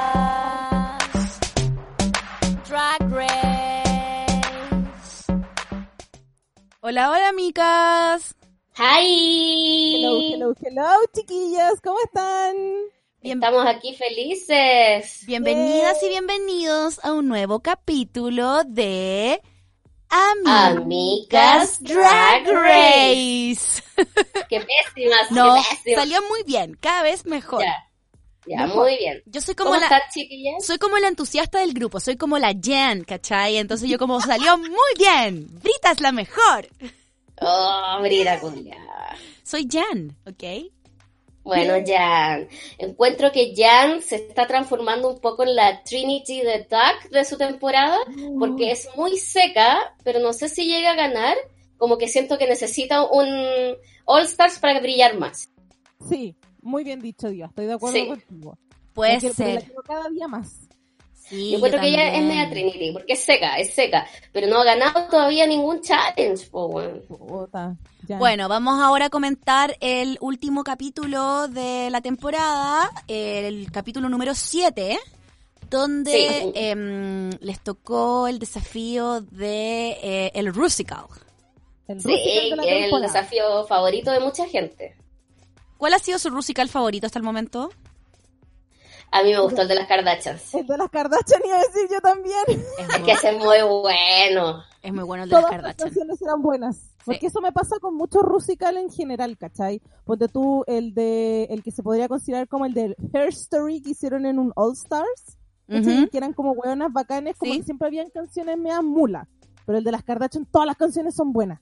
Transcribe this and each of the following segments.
Amigas. Drag Race. Hola, hola, amigas. ¡Hi! Hello, hello, hello, chiquillas, ¿cómo están? Bien- Estamos aquí felices. bienvenidas y bienvenidos a un nuevo capítulo de Amigas, Amigas Drag Race. Race. Qué pésimas, No, qué pésimas. salió muy bien, cada vez mejor. Ya, ya, Mejor. muy bien. Yo soy ¿Cómo, como la están, chiquillas? soy como la entusiasta del grupo, soy como la Jen, ¿cachai? Entonces yo como salió muy bien. Brita es la mejor. Oh, Brita, culiada. Soy Jen, ¿ok? Bueno, Jan, encuentro que Jan se está transformando un poco en la Trinity de Duck de su temporada, porque es muy seca, pero no sé si llega a ganar, como que siento que necesita un All Stars para brillar más. Sí, muy bien dicho, Dios, estoy de acuerdo Sí. contigo. Puede La quiero- pero la ser. quiero cada día más. Sí, Yo encuentro que ella es también. media Trinity, porque es seca, es seca, pero no ha ganado todavía ningún challenge, po, weón. Puta, ya. Bueno, vamos ahora a comentar el último capítulo de la temporada, el capítulo número 7, donde Sí. em, les tocó el desafío de eh, el Rusical. el Sí, Rusical de la que es el temporada. desafío favorito de mucha gente. ¿Cuál ha sido su Rusical favorito hasta el momento? A mí me gustó el de las Kardashians, El de las Kardashian iba a decir yo también. Es es muy, que ese es muy bueno. es muy bueno el de las Todas las Kardashian. canciones eran buenas. Porque eso me pasa con mucho Rusical en general, ¿cachai? Ponte tú el de el que se podría considerar como el del Hair Story que hicieron en un All Stars. ¿cachai? Ujú. Que eran como hueonas bacanes, como Sí. que siempre habían canciones meas mula. Pero el de las Kardashian, todas las canciones son buenas.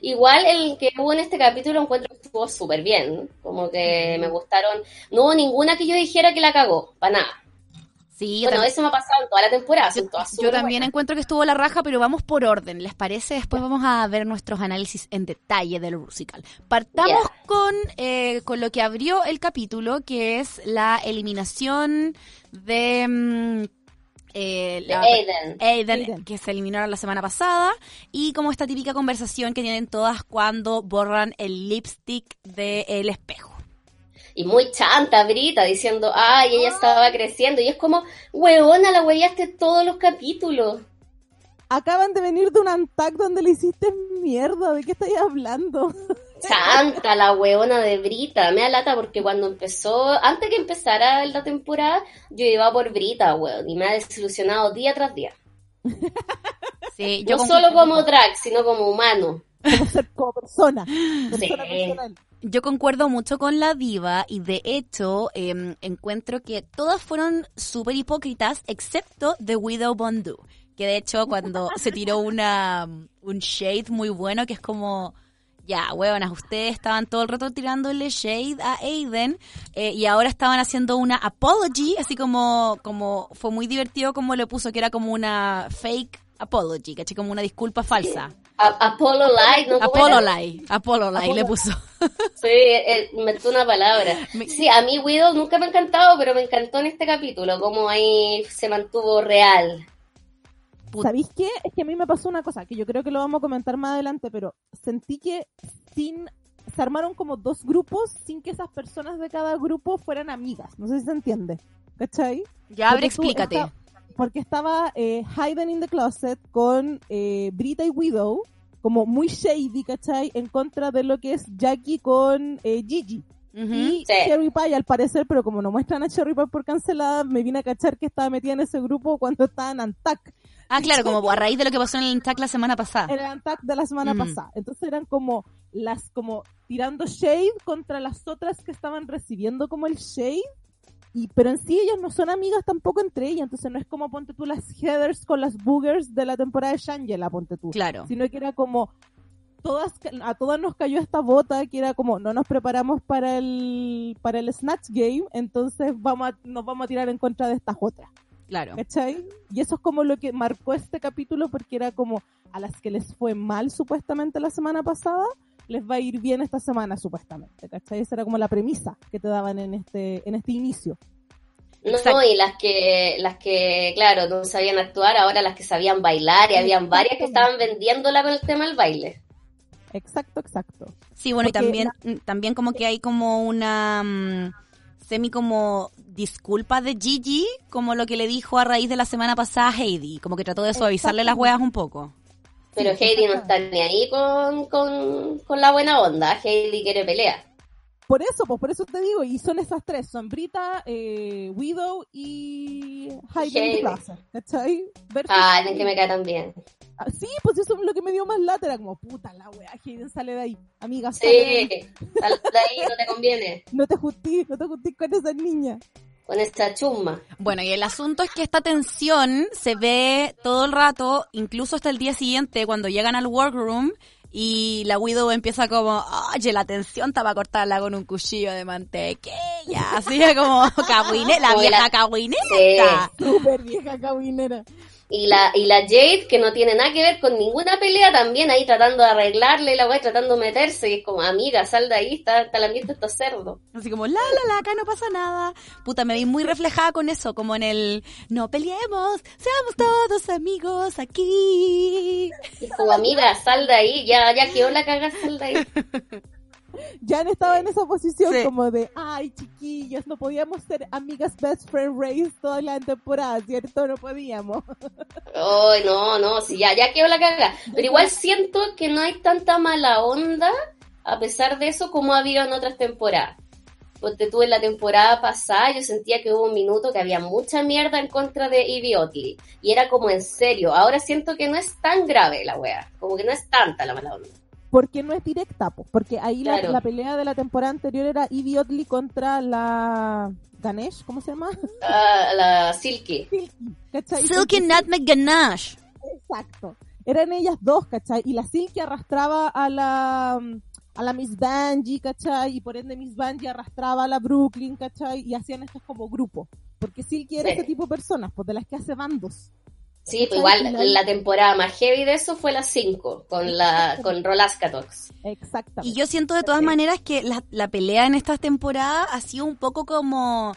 Igual el que hubo en este capítulo encuentro que estuvo súper bien. Como que me gustaron. No hubo ninguna que yo dijera que la cagó, para nada. Sí, yo bueno, también, eso me ha pasado en toda la temporada. yo- Son todas yo súper también buenas. encuentro que estuvo la raja, pero vamos por orden. ¿Les parece? Después vamos a ver nuestros análisis en detalle del Rusical. Partamos Ya. con, eh, con lo que abrió el capítulo, que es la eliminación de mm, eh, la- Aiden. Aiden, Aiden. que se eliminaron la semana pasada, y como esta típica conversación que tienen todas cuando borran el lipstick del espejo. Y muy chanta, Brita, diciendo, ay, ella Ah. estaba creciendo. Y es como, huevona, la huellaste todos los capítulos. acaban de venir de un antac donde le hiciste mierda, ¿de qué estáis hablando? Chanta, la huevona de Brita. Me da lata porque cuando empezó, antes que empezara la temporada, yo iba por Brita, huevón. Y me ha desilusionado día tras día. Sí, yo No con- solo como drag, sino como humano. Como ser como persona, Sí. persona personal. Yo concuerdo mucho con la diva y de hecho eh, encuentro que todas fueron súper hipócritas excepto The Widow Bondu, que de hecho cuando se tiró una un shade muy bueno que es como ya, huevonas, ustedes estaban todo el rato tirándole shade a Aiden eh, y ahora estaban haciendo una apology, así como como fue muy divertido como lo puso que era como una fake apology, caché como una disculpa falsa. A- Apollo Light, ¿no? ¿Cómo era? Apollo lie, Apollo lie le puso. Sí, eh, inventó una palabra. Me- Sí, a mí Widow nunca me ha encantado, pero me encantó en este capítulo, cómo ahí se mantuvo real. Put- ¿Sabéis qué? Es que a mí me pasó una cosa, que yo creo que lo vamos a comentar más adelante, pero sentí que sin se armaron como dos grupos sin que esas personas de cada grupo fueran amigas. No sé si se entiende. ¿Cachai? Ya, abre, Porque tú explícate. esta- porque estaba eh, Hayden in the Closet con eh, Brita y Widow, como muy shady, ¿cachai? En contra de lo que es Jackie con eh, Gigi. Ujú. Y Sí. Cherry Pie, al parecer, pero como no muestran a Cherry Pie por cancelada, me vine a cachar que estaba metida en ese grupo cuando estaba en Antac. Ah, claro, como a raíz de lo que pasó en el Intac la semana pasada. En el Antac de la semana Mm. pasada. Entonces eran como las, como tirando shade contra las otras que estaban recibiendo como el shade. Y, pero en sí ellas no son amigas tampoco entre ellas, entonces no es como ponte tú las headers con las boogers de la temporada de Shangela, ponte tú. Claro. sino que era como todas a todas nos cayó esta bota que era como no nos preparamos para el para el snatch game entonces vamos a- nos vamos a tirar en contra de estas otras ¿eh? Claro. ¿cachai? y eso es como lo que marcó este capítulo porque era como a las que les fue mal supuestamente la semana pasada les va a ir bien esta semana supuestamente ¿cachai? esa era como la premisa que te daban en este en este inicio No, Exacto. y las que, las que, claro, no sabían actuar, ahora las que sabían bailar, y habían varias que estaban vendiéndola con el tema del baile. exacto exacto Sí, bueno, y Porque también, también como que hay como una... mm, semi como disculpa de Gigi, como lo que le dijo a raíz de la semana pasada a Heidi, como que trató de suavizarle las huevas un poco. Pero Heidi no está ni ahí con, con, con la buena onda. Heidi quiere pelea. Por eso, pues por eso te digo, y son esas tres, son Brita, eh, Widow y Hayden Heidi. Plaza, ¿cachai? Versus- Ah, en que me cae tan bien. Ah, Sí, pues eso es lo que me dio más lata, era como, puta la wea, Hayden sale de ahí, amiga, sale de ahí. Sí, sal de ahí, no te conviene. no te justís, no te justís con esa niña. Con esta chumba. Bueno, y el asunto es que esta tensión se ve todo el rato, incluso hasta el día siguiente, cuando llegan al workroom y la Widow empieza como, oye, la tensión estaba cortarla con un cuchillo de mantequilla. Así es como, cabuine, la Como que vieja la- cabuineta. Súper vieja cabinera. Y la, y la Jade, que no tiene nada que ver con ninguna pelea, también ahí tratando de arreglarle la weá, tratando de meterse. Y es como, amiga, sal de ahí, está, está la mierda estos cerdos. Así como, la, la, la, acá no pasa nada. Puta, me vi muy reflejada con eso, como en el, no peleemos, seamos todos amigos aquí. Y es como, amiga, sal de ahí, ya, ya quedó la caga, sal de ahí. Jan estaba en esa posición Sí. como de, ay, chiquillas, no podíamos ser amigas best friend race toda la temporada, ¿cierto? No podíamos. Ay, no, no, sí, ya, ya quedó la caga. Pero igual siento que no hay tanta mala onda, a pesar de eso, como ha habido en otras temporadas. Porque tú en la temporada pasada yo sentía que hubo un minuto que había mucha mierda en contra de Ivy Otley. Y era como en serio. Ahora siento que no es tan grave la wea. Como que no es tanta la mala onda. Porque no es directa, po, porque ahí la- Claro. la, pelea de la temporada anterior era Ivy Otley contra la Ganesh, ¿cómo se llama? Ah, la Silky. ¿Cachai? Silky Nut McGanache. Exacto. Eran ellas dos, ¿cachai? Y la Silky arrastraba a la mm, a la Miss Bungie, ¿cachai? Y por ende Miss Bungie arrastraba a la Brooklyn, ¿cachai? Y hacían estos como grupos. Porque Silky era Sí. ese tipo de personas, pues de las que hace bandos. Sí, pues igual la temporada más heavy de eso fue la 5, con la con Rolascatox. Exactamente. Y yo siento de todas maneras que la, la pelea en esta temporada ha sido un poco como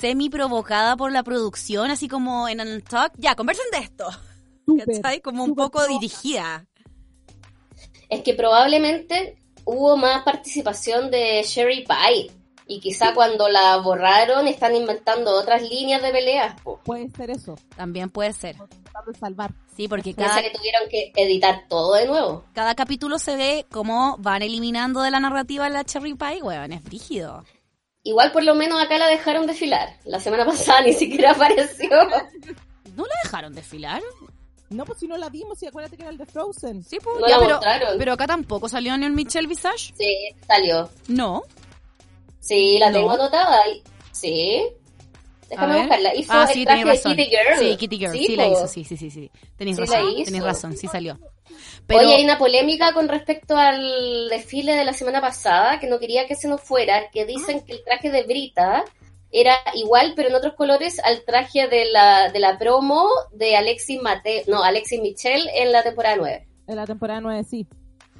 semi provocada por la producción, así como en un talk, ya, conversen de esto, Súper, ¿cachai? Como un súper poco pro- dirigida. Es que probablemente hubo más participación de Sherry Pie. Y quizá cuando la borraron están inventando otras líneas de peleas. po. Puede ser eso, También puede ser. tratando de salvar. Sí, porque cada, Piensa que tuvieron que editar todo de nuevo. cada capítulo se ve cómo van eliminando de la narrativa la Cherry Pie, weón, es brígido. Igual por lo menos acá la dejaron desfilar. La semana pasada ni siquiera apareció. ¿No la dejaron desfilar? No, pues si no la vimos, y acuérdate que era el de Frozen. Sí, pues, No ya, la pero, mostraron. pero acá tampoco salió ni el Michelle Visage. Sí, salió. No. Sí, la No. tengo anotada. Sí. A Déjame ver. buscarla. Hizo ah, el sí, traje tenés de razón. Kitty Girl. Sí, Kitty Girl, sí, la po. hizo, sí, sí, sí, sí. Tenés Sí, la razón, hizo. tenés razón, sí salió. Pero Oye, hay una polémica con respecto al desfile de la semana pasada, que no quería que se nos fuera, que dicen Ah. que el traje de Brita era igual, pero en otros colores, al traje de la, de la promo de Alexis Mateo, no, Alexis Michel en la temporada 9. En la temporada 9, sí.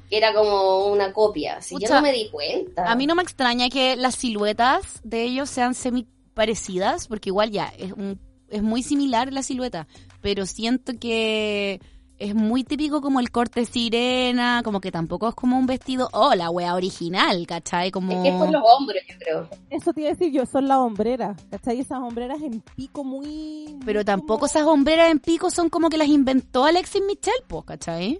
que Era como una copia, si yo Pucha, no me di cuenta. a mí no me extraña que las siluetas de ellos sean semi parecidas, porque igual ya es, un- es muy similar la silueta, pero siento que es muy típico como el corte sirena, como que tampoco es como un vestido, oh, la wea original, ¿cachai? Como... Es que es por los hombros, yo creo. Eso te iba a decir yo, son las hombreras, ¿cachai? Esas hombreras en pico muy... Pero muy tampoco como- esas hombreras en pico son como que las inventó Alexis Michel, pues, ¿cachai?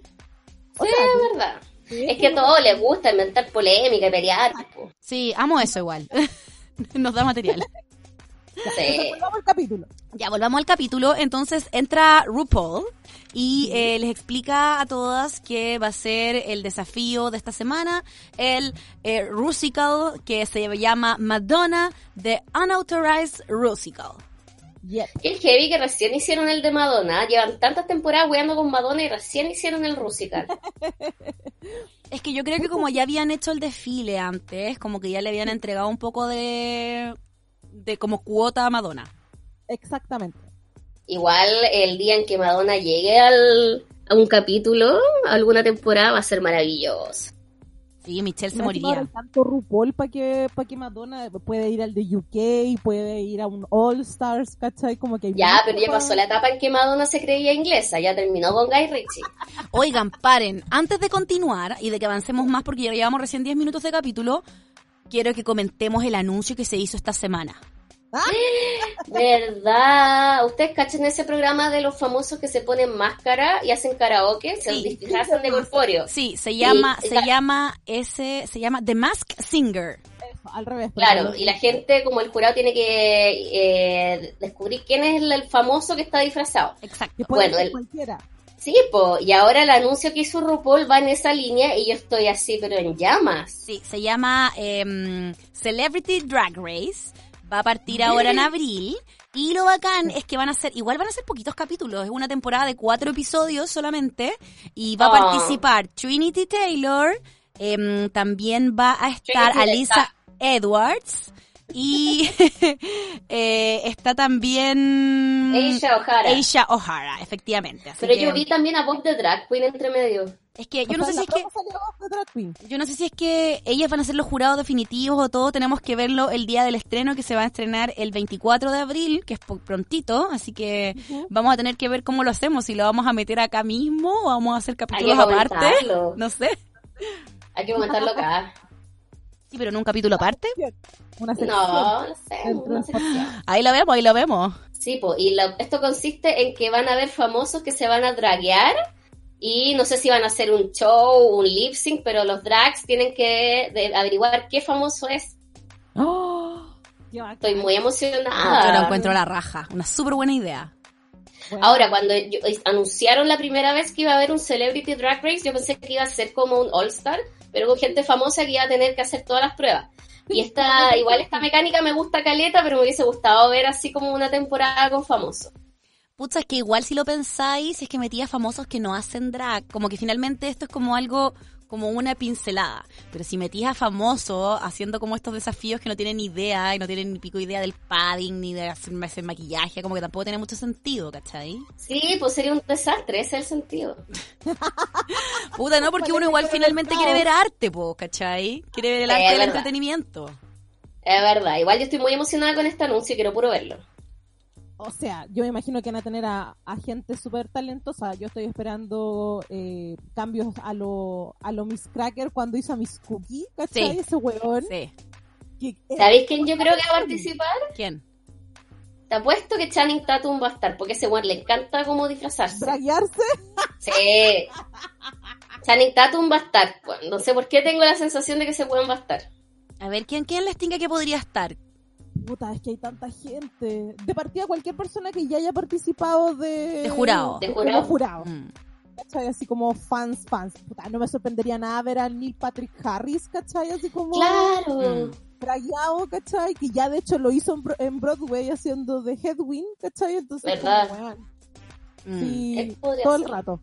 O sea, Es verdad. Es que a todos les gusta inventar polémica y pelear. pues, po. Sí, amo eso igual. Nos da material. Sí. Volvamos al capítulo. Ya, volvamos al capítulo. Entonces entra RuPaul y eh, les explica a todas que va a ser el desafío de esta semana, el eh, Rusical, que se llama Madonna, The Unauthorized Rusical. Yep. Qué heavy que recién hicieron el de Madonna. Llevan tantas temporadas weando con Madonna y recién hicieron el Rusical. Es que yo creo que como ya habían hecho el desfile antes, como que ya le habían entregado un poco de, de como cuota a Madonna. Exactamente. Igual el día en que Madonna llegue al, a un capítulo, a alguna temporada, va a ser maravilloso. Sí, Michelle se Más encima moriría. ahora hay tanto RuPaul para que, pa' que Madonna puede ir al de UK, puede ir a un All Stars, ¿cachai? Como que hay Ya, mucho pero ya pa- pasó la etapa en que Madonna se creía inglesa, ya terminó con Guy Ritchie. Oigan, paren, antes de continuar y de que avancemos más, porque ya llevamos recién 10 minutos de capítulo, quiero que comentemos el anuncio que se hizo esta semana. Ah, ¿Eh? ¿Verdad? ¿Ustedes cachan ese programa de los famosos que se ponen máscara y hacen karaoke? Se Sí. disfrazan de corpóreo. Sí, se llama, Sí, se la- llama ese, se llama The Mask Singer. Eso, al revés. Claro, perdón. y la gente, como el jurado, tiene que eh, descubrir quién es el- el famoso que está disfrazado. Exacto. Que puede bueno, ser el- cualquiera. Sí, po, y ahora el anuncio que hizo RuPaul va en esa línea y yo estoy así, pero en llamas. Sí, se llama em, Celebrity Drag Race. Va a partir ahora en abril. Y lo bacán es que van a ser, igual van a ser poquitos capítulos, es una temporada de cuatro episodios solamente. Y va a Oh. participar Trinity Taylor, em, también va a estar Trinity Alisa Edwards. Y eh, está también Aisha O'Hara. Aisha O'Hara, efectivamente. Así Pero que- yo vi también a Bob de Drag Queen entre medio. es que O yo no sé sea, si las es que dos salíamos de drag queen. yo no sé si es que ellas van a ser los jurados definitivos o todo, tenemos que verlo el día del estreno que se va a estrenar el 24 de abril, que es po- prontito, así que Ujú. vamos a tener que ver cómo lo hacemos, si lo vamos a meter acá mismo o vamos a hacer Hay que capítulos aparte, comentarlo. no sé. Hay que comentarlo acá. Sí, pero en un capítulo aparte. Una sección. No, no sé. Dentro no del sé. Ahí lo vemos, ahí lo vemos. Sí, po, y la- esto consiste en que van a haber famosos que se van a draguear y no sé si van a hacer un show, un lip sync, pero los drags tienen que de- averiguar qué famoso es. ¡Oh! Qué bacán. Estoy muy Yo lo emocionada. encuentro la raja, una súper buena idea. Bueno, Ahora, cuando yo- anunciaron la primera vez que iba a haber un Celebrity Drag Race, yo pensé que iba a ser como un All Star, pero con gente famosa que iba a tener que hacer todas las pruebas. Y esta, igual esta mecánica me gusta caleta, pero me hubiese gustado ver así como una temporada con famosos. Pucha, es que igual si lo pensáis, si es que metías famosos que no hacen drag, como que finalmente esto es como algo, como una pincelada. Pero si metías a famosos haciendo como estos desafíos que no tienen ni idea y no tienen ni pico idea del padding ni de hacer, hacer maquillaje, como que tampoco tiene mucho sentido, ¿cachai? Sí, pues sería un desastre, ese es el sentido. Puta, no, porque uno igual finalmente quiere ver arte, po, ¿cachai? Quiere ver el Sí, arte es del verdad. entretenimiento. Es verdad, igual yo estoy muy emocionada con este anuncio y quiero puro verlo. O sea, yo me imagino que van a tener a, a gente súper talentosa. Yo estoy esperando eh, cambios a lo, a lo Miss Cracker cuando hizo a Miss Cookie, ¿cachai? Sí. Ese huevón. Sí. que- ¿Sabéis quién yo creo que va a participar? ¿Quién? Te apuesto que Channing Tatum va a estar, porque ese weón le encanta como disfrazarse. draguearse. Sí. Channing Tatum va a estar. weón. pues. No sé por qué tengo la sensación de que ese weón va a estar. A ver, ¿quién, quién les tinga que podría estar? Puta, es que hay tanta gente. De partida, cualquier persona que ya haya participado de. De jurado. De como jurado. jurado, Mm. ¿cachai? Así como fans, fans. Puta, no me sorprendería nada ver a Neil Patrick Harris, ¿cachai? Así como. Claro. Mm. Trayao, ¿cachai? Que ya de hecho lo hizo en, Bro- en Broadway haciendo de Headwind, ¿cachai? Entonces, como, ¿Verdad? weón, Mm. sí, Él podría todo el ser. rato.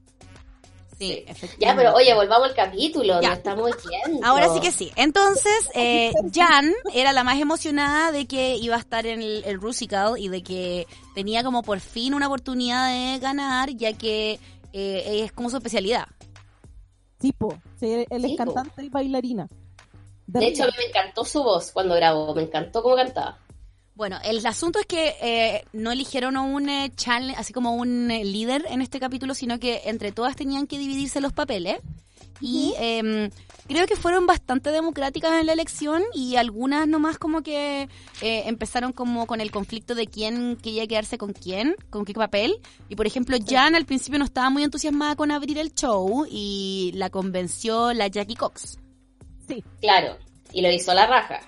Sí, Ya, efectivamente. pero oye, volvamos al capítulo. Ya. Nos estamos yendo. Ahora sí que sí. Entonces, eh, Jan era la más emocionada de que iba a estar en el, el Rusical y de que tenía como por fin una oportunidad de ganar, ya que eh, es como su especialidad. Tipo, sí, él es Sí, po. cantante y bailarina. De hecho, a mí Derriba. me encantó su voz cuando grabó. Me encantó cómo cantaba. Bueno, el asunto es que eh, no eligieron a un eh, challenge, así como un eh, líder en este capítulo, sino que entre todas tenían que dividirse los papeles. Y em, creo que fueron bastante democráticas en la elección y algunas nomás como que eh, empezaron como con el conflicto de quién quería quedarse con quién, con qué papel. Y por ejemplo, Jan al principio no estaba muy entusiasmada con abrir el show y la convenció la Jackie Cox. sí. Claro. Y lo hizo a la raja.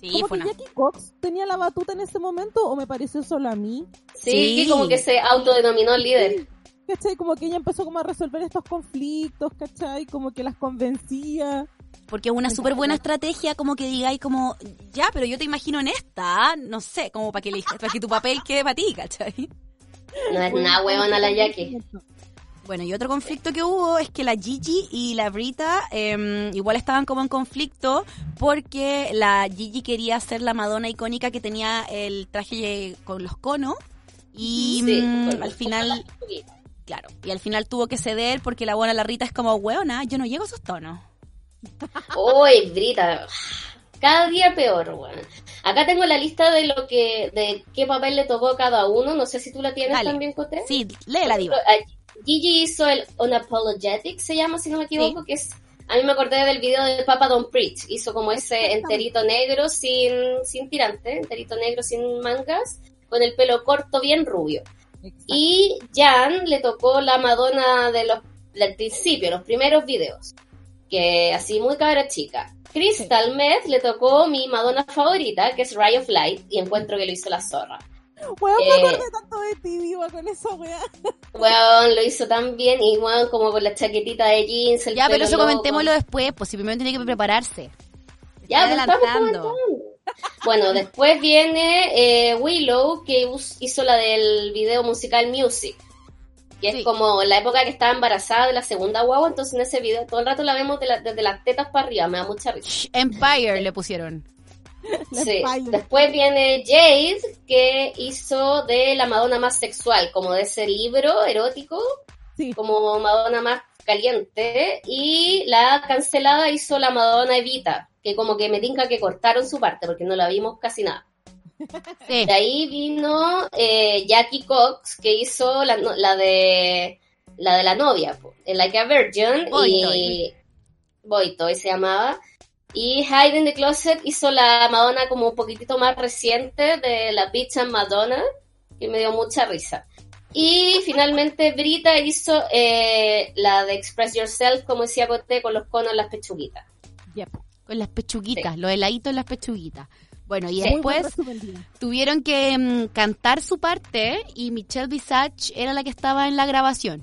Sí, Como fue que una... Jackie Cox tenía la batuta en ese momento o me pareció solo a mí. Sí, Sí. como que se autodenominó líder. ¿Cachai? Como que ella empezó como a resolver estos conflictos, ¿cachai? Como que las convencía. Porque es una súper buena estrategia como que digáis como, ya, pero yo te imagino en esta, ¿ah? no sé, como para que, elijas- para que tu papel quede para ti, ¿cachai? No es nada huevona la Jackie. Bueno, y otro conflicto que hubo es que la Gigi y la Brita eh, igual estaban como en conflicto porque la Gigi quería ser la Madonna icónica que tenía el traje con los conos y Sí, mm, con al los final, claro, y al final tuvo que ceder porque la buena la Rita es como, weona, yo no llego a esos tonos. Uy, Brita. Cada día peor, weón. Acá tengo la lista de lo que, de qué papel le tocó a cada uno. No sé si tú la tienes Dale. también, ah, Coté. Sí, lee la diva. A Gigi hizo el Unapologetic, se llama, si no me equivoco, que es A mí me acordé del video del Papa Don Preach. Hizo como ese enterito negro sin, sin tirante, enterito negro sin mangas, con el pelo corto bien rubio. Exacto. Y Jan le tocó la Madonna de los, del principio, los primeros videos. Que así muy cara chica. Crystal Meth le tocó mi Madonna favorita, que es Ray of Light, y encuentro que lo hizo la zorra. Weón, Eh. me acordé tanto de ti, Diva, con esa weá. Weón, lo hizo tan bien, y weón, como con la chaquetita de jeans. El Ya, pero pelo eso loco. comentémoslo después, pues si primero tiene que prepararse. Ya, Está pues, estamos adelantando. comentando. Bueno, después viene eh, Willow, que us- hizo la del video musical Music. Que Sí. es como la época que estaba embarazada de la segunda guagua, entonces en ese video todo el rato la vemos de la- desde las tetas para arriba, me da mucha risa. Shh, Empire le pusieron. La Sí. Empire. Después viene Jade, que hizo de la Madonna más sexual, como de ese libro erótico, Sí. como Madonna más caliente. Y la cancelada hizo la Madonna Evita, que como que me tinca que cortaron su parte, porque no la vimos casi nada. Sí. De ahí vino eh, Jackie Cox, que hizo la, no- la de la de la novia, po, en Like a Virgin, Boy y Boy Toy se llamaba. Y Hide in the Closet hizo la Madonna como un poquitito más reciente de la Bitch and Madonna, que me dio mucha risa. Y finalmente Brita hizo eh, la de Express Yourself, como decía Cote, con los conos en las pechuguitas. Yep. Con las pechuguitas, los heladitos en las pechuguitas. Bueno, y Sí. Muy buen después resumen, Diva. tuvieron que mm, cantar su parte y Michelle Visage era la que estaba en la grabación.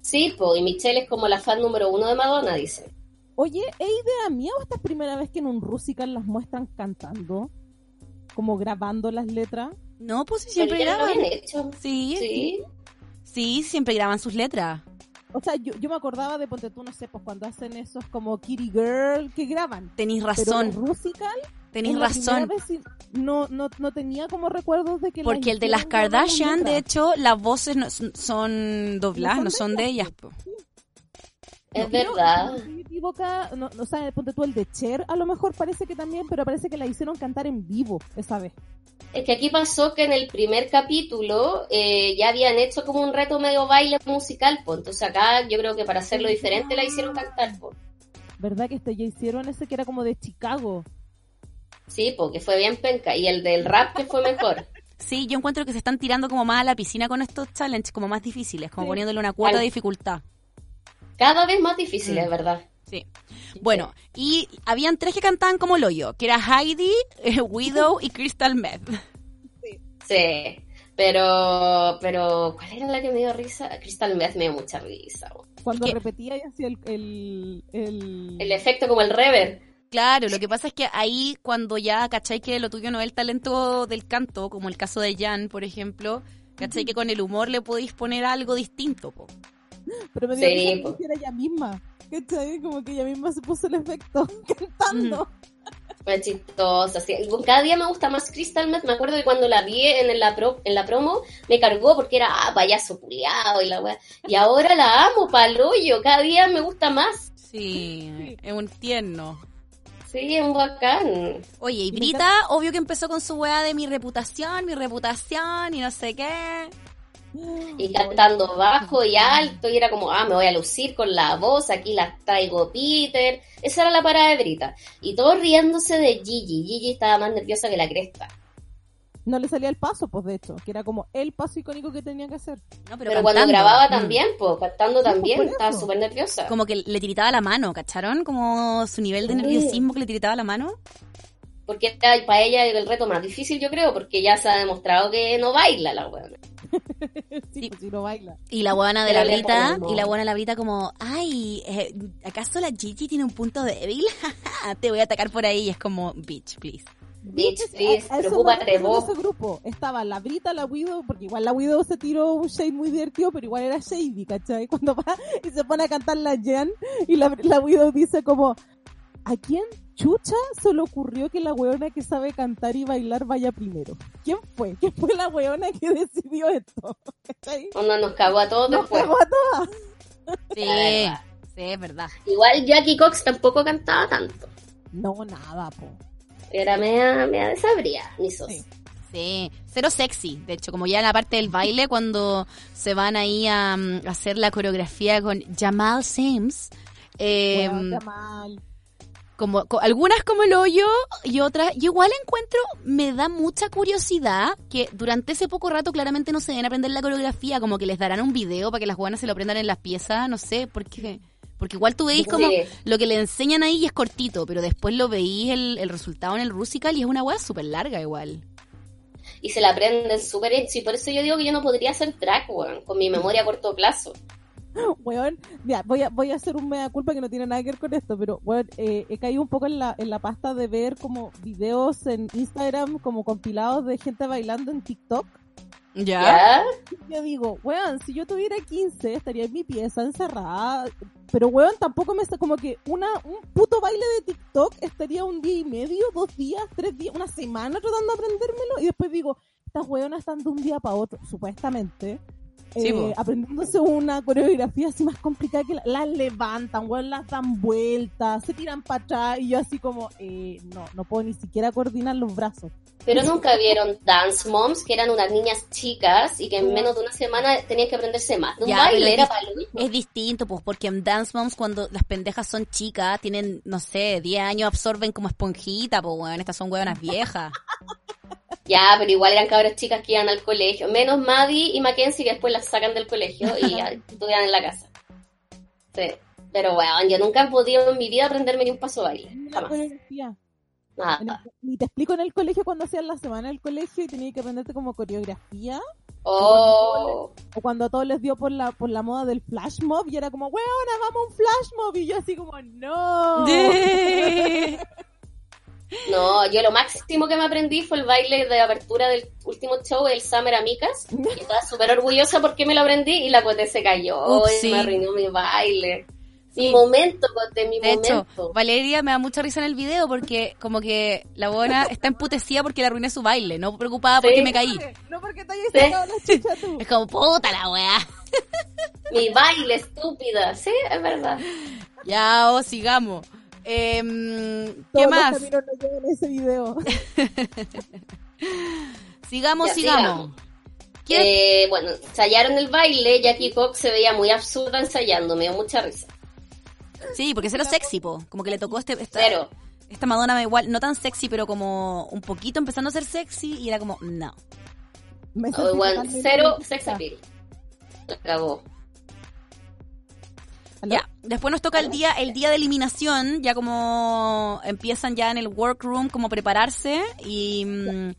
Sí, po, y Michelle es como la fan número uno de Madonna, dice. Oye, ¿es idea mía o esta es primera vez que en un Rusical las muestran cantando? Como grabando las letras. No, pues si Pero siempre ya lo graban. habían hecho. Sí, sí, Sí. siempre graban sus letras. O sea, yo, yo me acordaba de Ponte tú, no sé, pues cuando hacen esos como Kitty Girl que graban. Tenéis Pero en razón, Rusical, tenéis es la primera razón. vez sin- no, no, no tenía como recuerdos de que las Porque el de las hicieran grabar Kardashian, letras. de hecho, las voces no son- son dobladas, No son no son de de ellas, ellas. po. Es creo- verdad. si No, me equivoco, no, no, o sea, ponte tú el de Cher, a lo mejor parece que también, pero parece que la hicieron cantar en vivo esa vez. Es que aquí pasó que en el primer capítulo eh, ya habían hecho como un reto medio baile musical, pues entonces acá yo creo que para hacerlo diferente la hicieron cantar, pues. ¿Verdad que este ya hicieron ese que era como de Chicago? Sí, porque fue bien penca. Y el del rap que fue mejor. Sí, yo encuentro que se están tirando como más a la piscina con estos challenges, como más difíciles, como Sí. poniéndole una cuota Al- de dificultad. Cada vez más difícil, Mm. es verdad. Sí. Bueno, y habían tres que cantaban como loyo, que era Heidi, eh, Widow y Crystal Meth. Sí. Pero, pero, ¿cuál era la que me dio risa? Crystal Meth me dio mucha risa. bo. Cuando Es que- repetía y hacía el, el, el- El efecto como el rever. Claro, lo que pasa es que ahí cuando ya, ¿cachai? Que lo tuyo no es el talento del canto, como el caso de Jan, por ejemplo, ¿cachai? Que con el humor le podéis poner algo distinto, po. Pero me dio Sí, risa que lo po. hiciera ella misma. ¿Cachai? Como que ella misma se puso el efecto cantando. Fue chistosa. sí. Cada día me gusta más Crystal Meth. Me acuerdo que cuando la vi en la, pro- en la promo me cargó porque era ah, payaso culiao y la weá. Y ahora la amo, palollo. Cada día me gusta más. Sí, es un tierno. Sí, es un bacán. Oye, y me Brita, obvio que empezó con su weá de mi reputación, mi reputación y no sé qué. Y cantando bajo y alto. Y era como, ah, me voy a lucir con la voz. Aquí la traigo Peter. Esa era la parada de Brita. Y todos riéndose de Gigi. Gigi estaba más nerviosa que la cresta. No le salía el paso, pues de hecho, que era como el paso icónico que tenía que hacer. No, Pero, cuando cantando. grababa Mm. también, pues, cantando también, por estaba eso. súper nerviosa. Como que le tiritaba la mano, ¿cacharon? Como su nivel de Sí. nerviosismo que le tiritaba la mano. Porque para ella el reto más difícil, yo creo, porque ya se ha demostrado que no baila la huevona. sí, Sí. pues si no baila. Y la buena de Pero la le Brita, ponemos. y la buena de la Brita como, ay, eh, ¿acaso la Gigi tiene un punto débil? Te voy a atacar por ahí y es como, bitch, please. Bitch, Entonces, please, a- a eso preocúpate me refiero vos. en ese grupo estaba la Brita, la Widow, porque igual la Widow se tiró un shade muy divertido, pero igual era shady, ¿cachai? Cuando va y se pone a cantar la Jan y la, la Widow dice como, ¿a quién chucha se le ocurrió que la weona que sabe cantar y bailar vaya primero? ¿Quién fue? ¿Quién fue la weona que decidió esto? ¿Cachai? Uno nos cagó a todos Nos después. cagó a todas. Sí, verdad. sí, es verdad. Igual Jackie Cox tampoco cantaba tanto. No, nada, po. Era media, media desabría, ni sos. Sí. Sí, cero sexy. De hecho, como ya en la parte del baile, cuando se van ahí a, mm, hacer la coreografía con Jamal Sims, Eh, Weón, está mal. como co- algunas como el hoyo y otras yo igual encuentro me da mucha curiosidad que durante ese poco rato claramente no se deben aprender la coreografía como que les darán un video para que las guanas se lo aprendan en las piezas no sé porque porque igual tú veis como Sí. lo que le enseñan ahí y es cortito pero después lo veís el, el resultado en el Rusical y es una hueá súper larga igual y se la aprenden súper bien. Sí, por eso yo digo que yo no podría hacer track, weón, con mi memoria a corto plazo. Weón, mira, voy a, voy a hacer un mea culpa que no tiene nada que ver con esto, pero weón, eh, he caído un poco en la, en la pasta de ver como videos en Instagram, como compilados de gente bailando en TikTok. ya ¿Ah? ¿Ya? Yo digo, weón, si yo tuviera 15 estaría en mi pieza encerrada, pero weón, tampoco me está como que una un puto baile de TikTok estaría un día y medio, dos días, tres días, una semana tratando de aprendérmelo y después digo, estas weonas están de un día para otro, supuestamente. Sí, eh, po. aprendiéndose una coreografía así más complicada que la- las levantan, weón, las dan vueltas, se tiran para atrás y yo así como, eh, no, no puedo ni siquiera coordinar los brazos. Pero nunca vieron Dance Moms, que eran unas niñas chicas y que en menos de una semana tenían que aprenderse más. De un Ya, pero baile era es- para lo mismo. es distinto pues porque en Dance Moms cuando las pendejas son chicas tienen no sé 10 años absorben como esponjita pues bueno estas son hueonas viejas Ya, pero igual eran cabras chicas que iban al colegio. Menos Maddie y Mackenzie, que después las sacan del colegio y ya estudian en la casa. Sí. Pero weón, yo nunca he podido en mi vida aprenderme ni un paso de baile. La Jamás. coreografía. En Nada. el- y te explico en el colegio cuando hacían la semana del colegio y tenías que aprenderte como coreografía Oh. o cuando a todos les dio por la por la moda del flash mob y era como weona vamos a un flash mob y yo así como no No, yo lo máximo que me aprendí fue el baile de apertura del último show, el Summer Amicas. Y estaba súper orgullosa porque me lo aprendí y la cote se cayó Ups, sí. y me arruinó mi baile. Mi Sí. momento, cote, mi De hecho, este momento. Valeria me da mucha risa en el video porque como que la buena está emputecida porque le arruiné su baile, no preocupada Sí. porque me caí. no porque te hayas sacado la chucha tú Es como, puta la weá. Mi baile, estúpida. Sí, es verdad. Ya, o sigamos. Em, ¿Qué Todos los más? caminos nos llevan a ese video Sigamos, Ya, sigamos. sigamos. ¿Quién- Eh, bueno, ensayaron el baile, Jackie Cox se veía muy absurda ensayando, me dio mucha risa. Sí, porque cero sexy, po. Como que le tocó este, esta, Pero, esta Madonna me igual, no tan sexy, pero como un poquito empezando a ser sexy y era como, no. Me oh, sentí bueno, totalmente cero identificada. sex appeal. La cagó. ¿Aló? Ya, después nos toca el día, el día de eliminación, ya como empiezan ya en el workroom como prepararse y mm,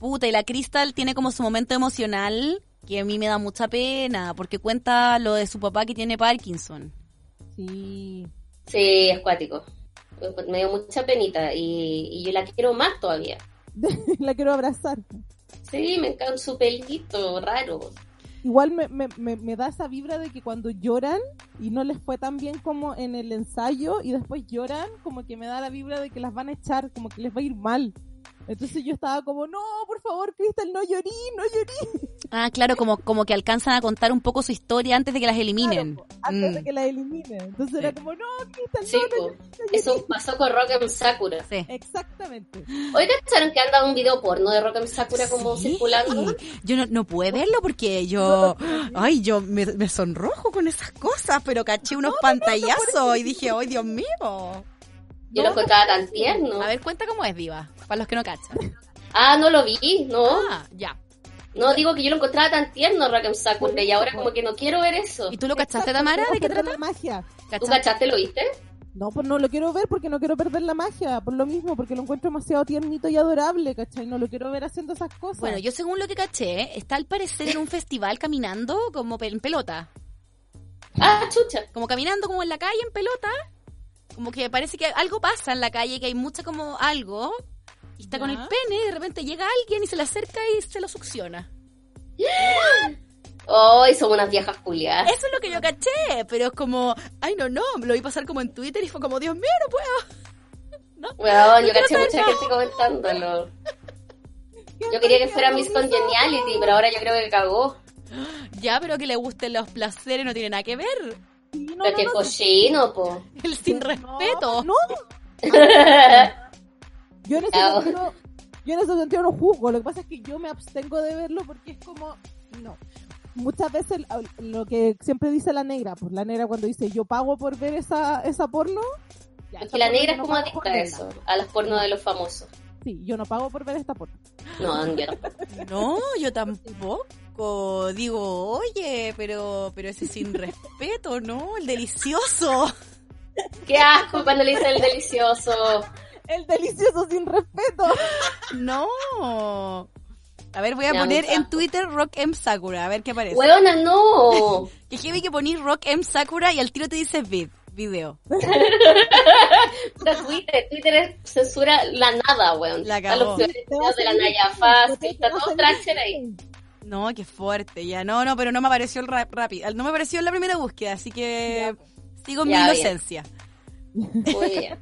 puta, y la Crystal tiene como su momento emocional que a mí me da mucha pena porque cuenta lo de su papá que tiene Parkinson. sí Sí, es cuático. Me dio mucha penita y, y yo la quiero más todavía. la quiero abrazar Sí, me encanta su pelito raro. igual me, me, me, me da esa vibra de que cuando lloran y no les fue tan bien como en el ensayo y después lloran, como que me da la vibra de que las van a echar, como que les va a ir mal. Entonces yo estaba como, no, por favor, Crystal, no llorí, no llorí. Ah, claro, como como que alcanzan a contar un poco su historia antes de que las eliminen. Claro, antes de Mm, que la eliminen. Entonces era Sí. como, no, Crystal, Sí, no, no, po. llorí, no llorí". Eso pasó con Rock and Sakura. sí. Exactamente. Hoy cacharon que han dado un video porno de Rock and Sakura como Sí. circulando. Yo no, no pude verlo porque yo, ay, yo me, me sonrojo con esas cosas, pero caché unos pantallazos y dije, ay, Dios mío. Yo No, lo encontraba tan tierno. A ver, cuenta cómo es Diva, para los que no cachan. Ah, no lo vi, no. Ah, ya. No, digo que yo lo encontraba tan tierno Rock and Sakura y ahora como que no quiero ver eso. ¿Y tú lo cachaste, Exacto, Tamara? queremos ¿De qué perder trata? La magia. ¿Tú ¿Cachaste? cachaste, lo viste? No, pues no lo quiero ver porque no quiero perder la magia, por lo mismo, porque lo encuentro demasiado tiernito y adorable, ¿cachai? No lo quiero ver haciendo esas cosas. Bueno, yo según lo que caché, está al parecer en un festival caminando como pe- en pelota. Ah, chucha. Como caminando como en la calle en pelota. Como que parece que algo pasa en la calle, que hay mucha como algo. Y está con el Ya. pene y de repente llega alguien y se le acerca y se lo succiona. Oh, son unas viejas culiadas. Eso es lo que yo caché, pero es como, ay no, no, lo vi pasar como en Twitter y fue como, Dios mío, no puedo. Weón, yo quiero caché mucha verlo. gente comentándolo. ¿Qué Yo quería que estoy fuera viendo? Miss Congeniality, pero ahora yo creo que cagó. Ya, pero que le gusten los placeres no tiene nada que ver. Sí, no, Pero no, que no, cochino, po. El sin Pues, No, respeto. No, yo en ese Bravo. sentido, yo en ese sentido no juzgo. Lo que pasa es que yo me abstengo de verlo porque es como, no. muchas veces lo que siempre dice la negra, pues la negra cuando dice yo pago por ver esa, esa porno. ya, Porque la esa porno negra yo es no como pago por adicta a eso, verla. a los pornos de los famosos. Sí, yo no pago por ver esta porno. No, yo tampoco. No, yo tampoco. Digo, oye, pero, pero ese sin respeto, ¿no? El delicioso. Qué asco cuando le dicen el delicioso. El delicioso sin respeto. No. A ver, voy a Ya, poner mucha. en Twitter Rock M Sakura, a ver qué aparece. Huevona, no. Que heavy que ponís Rock M Sakura y al tiro te dice vid, video. Puta, Twitter, Twitter es- censura la nada, weón. La Están cagó. los violentos de la Naya Fácil, está todo trasher ahí. No, qué fuerte, ya. No, no, pero no me apareció el rap, rápido. No me apareció en la primera búsqueda, así que sigo en pues. mi Ya, bien. inocencia. Muy bien.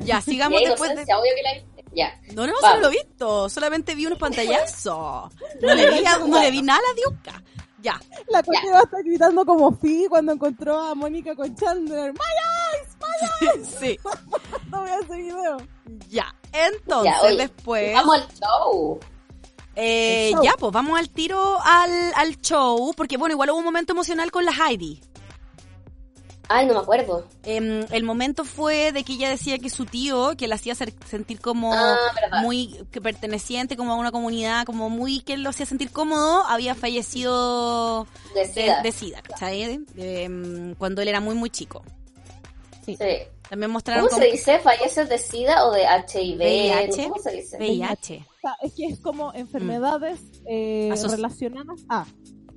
Ya, sigamos Y hay después de... inocencia, obvio que la viste. Ya. No, no, Vamos. solo lo he visto. Solamente vi unos pantallazos. No le vi, a- no le vi nada a la diosca. Ya. La cuestión va a estar gritando como Fi cuando encontró a Mónica con Chandler. Sí. No voy a ese video. Ya. Entonces, Ya, oye, después. Vamos al show. eh, al show. ya, pues vamos al tiro al, al show. Porque, bueno, igual hubo un momento emocional con la Heidi. Ay, no me acuerdo. Em, el momento fue de que ella decía que su tío, que la hacía ser- sentir como Ah, verdad. muy que perteneciente como a una comunidad, como muy que lo hacía sentir cómodo, había fallecido De de, seda. de SIDA, ¿cachai? Em, cuando él era muy, muy chico. Sí. También mostraron ¿Cómo como se dice? ¿Falleces de SIDA o de HIV? VIH? ¿Cómo se dice? VIH. O sea, es que es como enfermedades eh, Asoci- relacionadas a.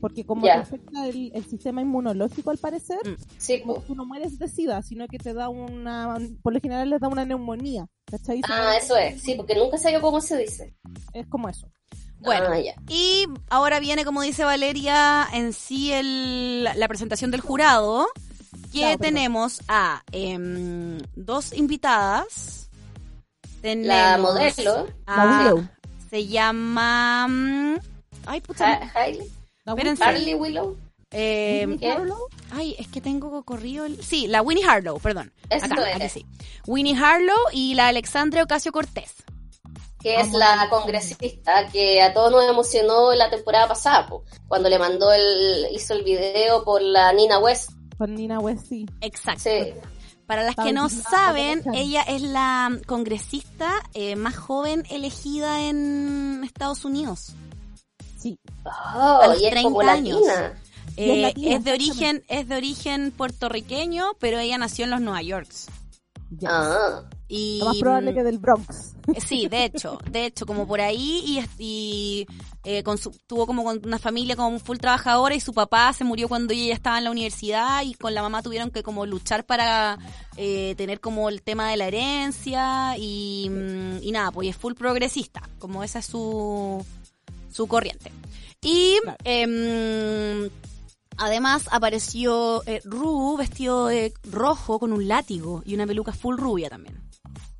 Porque como Ya. te afecta el, el sistema inmunológico al parecer, Sí, como po. tú no mueres de sida, sino que te da una. Por lo general les da una neumonía. ¿Cachai? Ah, eso es. Sí, porque nunca sabía cómo se dice. Es como eso. Bueno, Ah, ya. y ahora viene, como dice Valeria, en sí el, la presentación del jurado, que Claro, perdón. tenemos a em, dos invitadas. La Tenemos modelo. a- La Willow. se llama... mm, Ay, puta. Ha- Hailey- La Espérense. Harley Willow. em, Willow. ¿qué? Harlow. ay, es que tengo corrido el... Sí, la Winnie Harlow, perdón. Eso Acá, es. aquí sí. Winnie Harlow y la Alexandra Ocasio Cortés. que es la congresista que a todos nos emocionó la temporada pasada, po, cuando le mandó el, hizo el video por la Nina West. Con Nina West, sí. Exacto. Sí, Para las que no Paulina saben, Paulina. ella es la congresista eh, más joven elegida en Estados Unidos. Sí. Oh, A los y es 30 como años. latina. Y es Eh, latina, es de origen, exactamente. es de origen puertorriqueño, pero ella nació en los Nueva York. Ya. Ah, Y Lo más probable que del Bronx. Eh, sí, de hecho, de hecho, como por ahí y, y, eh, con su- tuvo como con una familia como full trabajadora y su papá se murió cuando ella ya estaba en la universidad y con la mamá tuvieron que como luchar para eh, tener como el tema de la herencia y, mm, y nada, pues y es full progresista, como esa es su, su corriente. Y Claro. em, además apareció eh, Ru vestido de rojo con un látigo y una peluca full rubia también.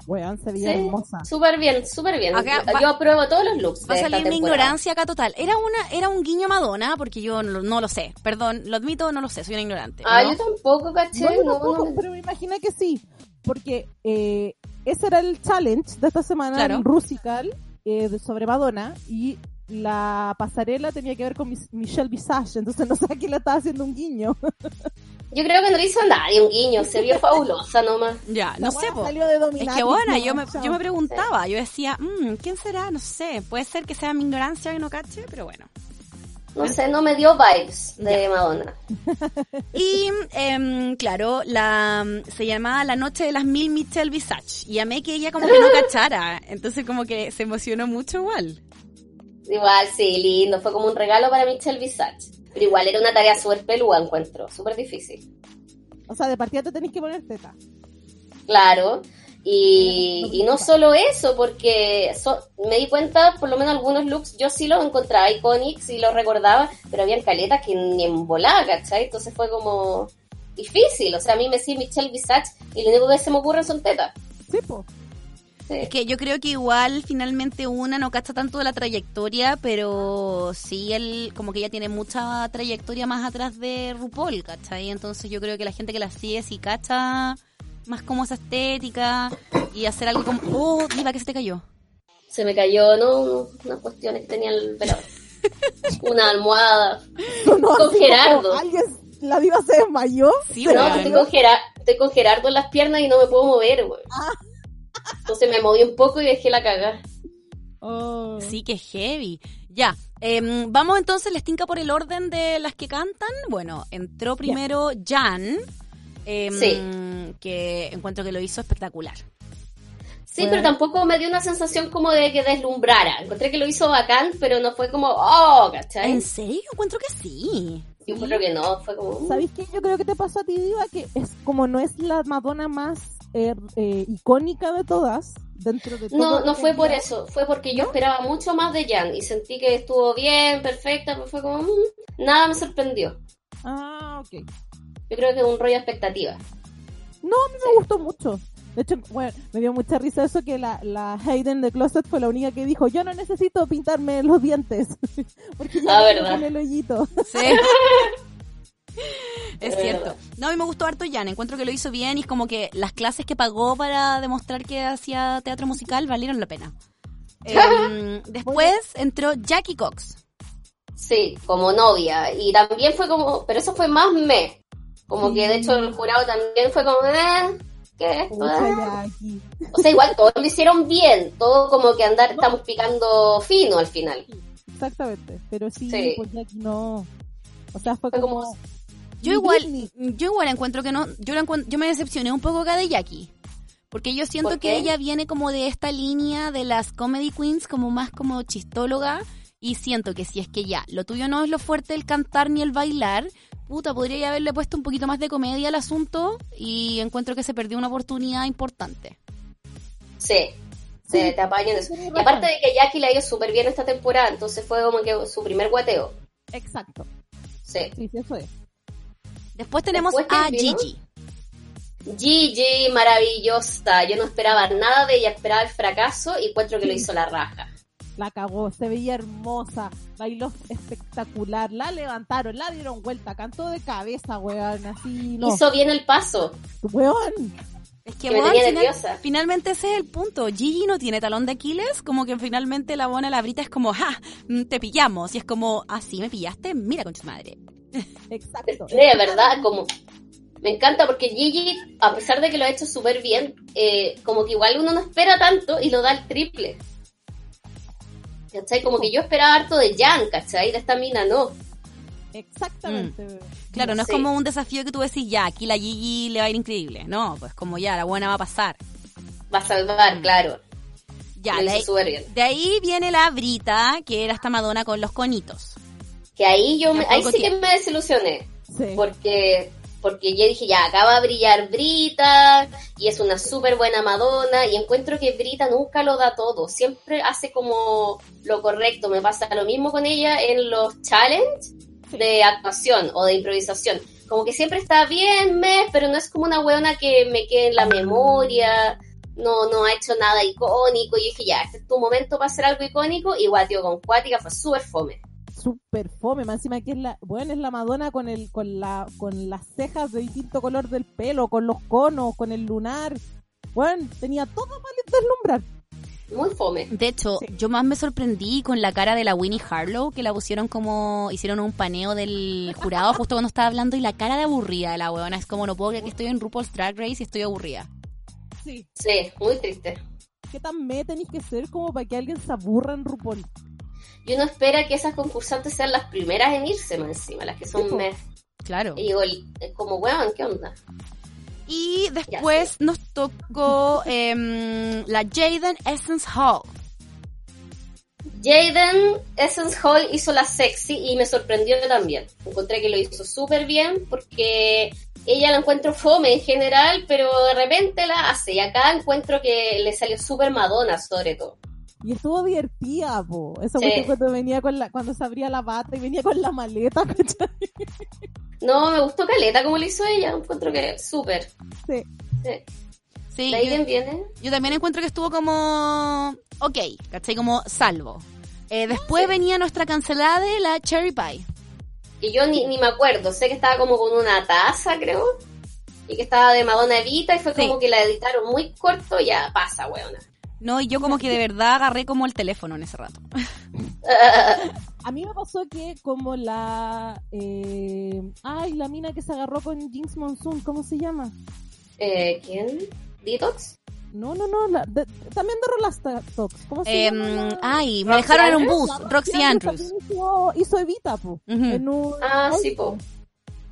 Weón, se sí, veía hermosa. súper bien, súper bien. Acá yo, va- yo apruebo todos los looks. Va a de salir esta mi temporada. ignorancia acá total. Era una, era un guiño a Madonna, porque yo no, lo- no lo sé. Perdón, lo admito, no lo sé, soy una ignorante. Ah, ¿no? yo tampoco, caché. No, yo no, tampoco, no. pero me imagino que sí. Porque eh, ese era el challenge de esta semana, Claro. el Rusical, eh, de- sobre Madonna. Y la pasarela tenía que ver con Mis- Michelle Visage. Entonces no sé a quién le estaba haciendo un guiño. Yo creo que no le hizo a nadie un guiño, se vio fabulosa nomás. Ya, no La sé, weá po. Salió de Es dominatrix, que bueno, no, yo me, chao. yo me preguntaba, yo decía, "Mm, ¿quién será? No sé, puede ser que sea mi ignorancia que no cache, pero bueno. No sé, no me dio vibes de Madonna. Y, em, claro, la em, se llamaba La Noche de las Mil Michelle Visage, y amé que ella como que no cachara, entonces como que se emocionó mucho igual. Igual, sí, lindo. Fue como un regalo para Michelle Visage. Pero igual era una tarea súper peluda, encuentro. Súper difícil. O sea, de partida te tenés que poner teta. Claro. Y, y no solo eso, porque so- me di cuenta, por lo menos algunos looks, yo sí los encontraba icónicos y los recordaba, pero había caletas que ni en volada, ¿cachai? Entonces fue como difícil. O sea, a mí me decía Michelle Visage y lo único que se me ocurre son tetas. Sí, po. Sí. Es que yo creo que igual finalmente una no cacha tanto de la trayectoria, pero sí él, como que ella tiene mucha trayectoria más atrás de RuPaul, ¿cachai? Entonces yo creo que la gente que la sigue sí cacha más como esa estética y hacer algo como, oh, diva que se te cayó. Se me cayó, ¿no? Unas cuestiones que tenía el velador. Una almohada. Sonó Con así como, Gerardo. alguien- la diva se desmayó. Sí, No, Pero- weón. que estoy, con Gerardo, estoy con Gerardo en las piernas y no me puedo mover, güey. Entonces me moví un poco y dejé la cagada. Oh. Sí, que heavy. Ya, em, vamos entonces, les tinca por el orden de las que cantan. Bueno, entró primero Jan, em, que encuentro que lo hizo espectacular. Sí, Bueno. pero tampoco me dio una sensación como de que deslumbrara. Encontré que lo hizo bacán, pero no fue como, oh, ¿cachai? ¿En serio? Encuentro que sí. Yo creo que no, fue como... mm. ¿Sabéis qué? Yo creo que te pasó a ti, Diva, que es como no es la Madonna más eh, eh, icónica de todas dentro de No, todo no este fue por día. eso, fue porque yo esperaba mucho más de Jan y sentí que estuvo bien, perfecta, pero fue como... mm, Nada me sorprendió. Ah, ok. Yo creo que es un rollo de expectativa. me gustó mucho. De hecho, bueno, me dio mucha risa eso que la, la Hayden de Closet fue la única que dijo, yo no necesito pintarme los dientes. Porque Ah, ya me ¿verdad? con el hoyito. Sí. Es cierto. No, a mí me gustó harto Jan. Encuentro que lo hizo bien y es como que las clases que pagó para demostrar que hacía teatro musical valieron la pena. Em, después entró Jackie Cox. Sí, como novia. Y también fue como... Pero eso fue más me. Como que de hecho el jurado también fue como... Eh, ¿Qué es esto? Pucha, Eh. Mm. ya, aquí. O sea, igual todos lo hicieron bien. Todo como que andar, estamos picando fino al final. Exactamente. Pero sí, Sí. pues ya aquí no. O sea, fue Fue como- como... Yo Ni igual, Britney. yo igual encuentro que no, yo, la encuent- yo me decepcioné un poco acá de Jackie. Porque yo siento ¿Por que qué? ella viene como de esta línea de las comedy queens, como más como chistóloga. Y siento que si es que ya, lo tuyo no es lo fuerte el cantar ni el bailar, puta, podría haberle puesto un poquito más de comedia al asunto y encuentro que se perdió una oportunidad importante. Sí. Sí. Te, te apañan eso. Tenés Y aparte razón. de que Jackie la ha ido súper bien esta temporada, entonces fue como que su primer guateo. Exacto. Sí. Sí, sí, eso es. Después tenemos Después a terminó- Gigi. Gigi, maravillosa. Yo no esperaba nada de ella, esperaba el fracaso y encuentro que lo hizo la raja. La cagó, se veía hermosa, bailó espectacular, la levantaron, la dieron vuelta, cantó de cabeza, weón, así, no. Hizo bien el paso. Weón, Es que, Que me weón, tenía final- nerviosa. finalmente ese es el punto. Gigi no tiene talón de Aquiles, como que finalmente la buena labrita es como, ja, mm, te pillamos. Y es como, así me pillaste, mira con tu madre. exacto. De verdad, como... Me encanta porque Gigi, a pesar de que lo ha hecho súper bien, eh, como que igual uno no espera tanto y lo da el triple. ¿Cachai? Como que yo esperaba harto de Jan, ¿cachai? De esta mina, no. Exactamente. weón. Mm. Claro, no es Sí. como un desafío que tú decís, ya, aquí la Gigi le va a ir increíble. No, pues como ya, la buena va a pasar. Va a salvar, claro. Ya, Lo de hizo ahí, súper bien. de ahí viene la brita, que era esta Madonna con los conitos. Que ahí yo me- ahí Tampoco sí que tiene- me desilusioné. Sí. porque porque yo dije ya acaba de brillar Brita y es una súper buena Madonna y encuentro que Brita nunca lo da todo siempre hace como lo correcto me pasa lo mismo con ella en los challenge de actuación o de improvisación como que siempre está bien me pero no es como una weona que me quede en la memoria no no ha hecho nada icónico y yo dije ya este es tu momento para hacer algo icónico y guatio con cuática fue súper fome Super fome, más encima que es la, bueno, es la Madonna con el, con la, con las cejas de distinto color del pelo, con los conos, con el lunar. Bueno, tenía todo para deslumbrar. muy fome De hecho, Sí. yo más me sorprendí con la cara de la Winnie Harlow, que la pusieron como, hicieron un paneo del jurado justo cuando estaba hablando y la cara de aburrida de la huevona es como, no puedo creer que estoy en RuPaul's Drag Race y estoy aburrida. Sí. sí muy triste ¿Qué tan me tenéis que ser como para que alguien se aburra en RuPaul? Y uno espera que esas concursantes sean las primeras en irse más encima, las que Sí, son po. mes. Claro. Y digo, el- es como, weón, ¿qué onda? Y después nos tocó em, la Jaden Essence Hall. Jaden Essence Hall hizo la sexy y me sorprendió también. Encontré que lo hizo súper bien porque ella la encuentro fome en general, pero de repente la hace. Y acá encuentro que le salió súper Madonna, sobre todo. Y estuvo divertida, po. Esa Sí. cuestión cuando venía con la, cuando se abría la bata y venía con la maleta, ¿cachai? No, me gustó Caleta como lo hizo ella. Encuentro que súper. Sí. Sí. Sí, Jaden yo, viene. yo también encuentro que estuvo como, ok, ¿cachai? Como salvo. Eh, después venía nuestra cancelada de la Cherry Pie. que yo ni, ni me acuerdo, sé que estaba como con una taza, creo, y que estaba de Madonna Evita, y fue Sí. como que la editaron muy corto, ya pasa, weona. No, y yo como que de verdad agarré como el teléfono en ese rato. A mí me pasó que como la... eh, ay, la mina que se agarró con Jinx Monsoon, ¿cómo se llama? Eh, ¿Quién? ¿Detox? No, no, no, la- de- también de Rolastox, ¿cómo se Em, llama? la- ay, me ah, Roxy dejaron en un bus, La Roxy Andrews. también Hizo, hizo Evita, po. Ujú. en un- Ah, sí, po.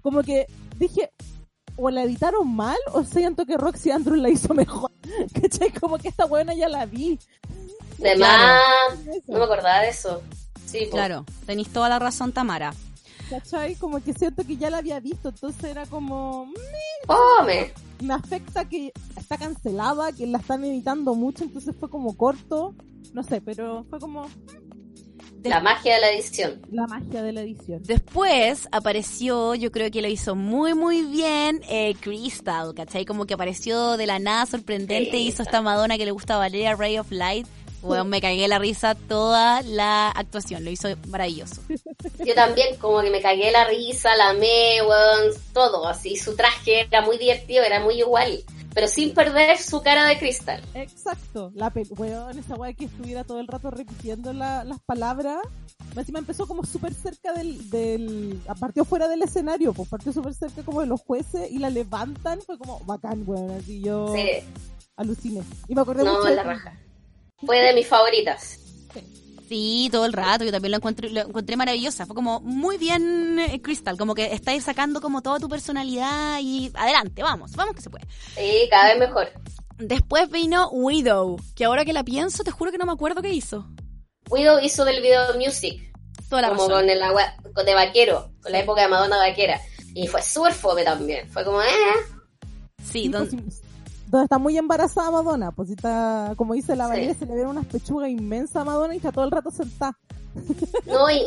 Como que dije, o la editaron mal, o siento que Roxy Andrews la hizo mejor. ¿Cachai? Como que esta buena ya la vi. De Claro. más. No me acordaba de eso. Sí, po. Claro, tenéis toda la razón, Tamara. ¿Cachai? Como que siento que ya la había visto, entonces era como... mm, Fome. me afecta que está cancelada, que la están editando mucho, entonces fue como corto, no sé, pero fue como La magia de la edición. la magia de la edición. Después apareció, yo creo que lo hizo muy muy bien, eh, Crystal, ¿cachai? Como que apareció de la nada sorprendente, Sí. hizo esta Madonna que le gusta a Valeria, Ray of Light. Bueno, me cagué la risa toda la actuación, lo hizo maravilloso. Yo también como que me cagué la risa, la amé, weón, todo así. Su traje era muy divertido, era muy igual. Pero sin perder su cara de cristal. Exacto, la pe- weón, esa weá que estuviera todo el rato repitiendo la- las palabras, Más encima empezó como súper cerca del, del, partió fuera del escenario, pues partió súper cerca como de los jueces y la levantan, fue como bacán, weón, así Oh. yo Sí, aluciné. Y me acordé no, mucho de la raja. Fue de mis favoritas. Sí, todo el rato, yo también lo encontré, lo encontré maravillosa, fue como muy bien eh, Crystal, como que estáis sacando como toda tu personalidad y adelante, vamos, vamos que se puede. Sí, cada vez mejor. Después vino Widow, que ahora que la pienso, te juro que no me acuerdo qué hizo. Widow hizo del video music, Toda la como razón. con el agua con- de vaquero, con la época de Madonna vaquera. Y fue súper fome también. Fue como, eh, Sí, Sí, don- pues, sí, donde está muy embarazada Madonna, pues está, como dice la Sí. Valeria, se le ven unas pechugas inmensas a Madonna y está todo el rato sentada. no, y,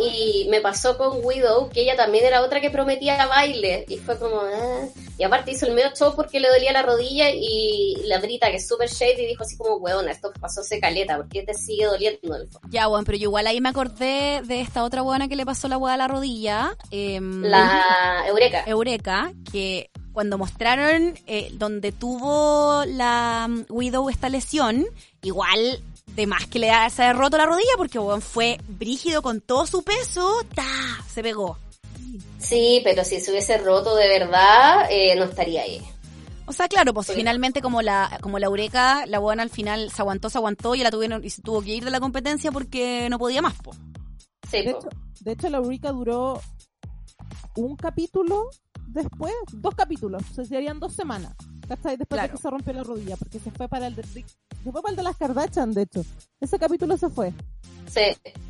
y me pasó con Widow, que ella también era otra que prometía baile. Y fue como, eh. Y aparte hizo el medio show porque le dolía la rodilla y la brita, que es súper shady, dijo así como, weona, esto pasó se caleta, ¿por qué te sigue doliendo? en el fondo?". Ya, bueno, pero yo igual ahí me acordé de esta otra buena que le pasó la hueá a la rodilla, em, La Eureka. Eureka, que cuando mostraron eh, donde tuvo la mm, Widow esta lesión, igual de más que le ha- se ha roto la rodilla porque bueno, fue brígido con todo su peso, ta, se pegó. Sí, pero si se hubiese roto de verdad, eh, no estaría ahí. O sea, claro, pues Sí. finalmente como la como la Eureka, la buena al final se aguantó, se aguantó y la tuvieron y se tuvo que ir de la competencia porque no podía más, po. Sí, De po. hecho, de hecho, la Eureka duró un capítulo después, dos capítulos, o sea, serían dos semanas. ¿Cachai? Después Claro. de que se rompió la rodilla, porque se fue para el de, de- se fue para el de las Kardashian, de hecho. Ese capítulo se fue. sí.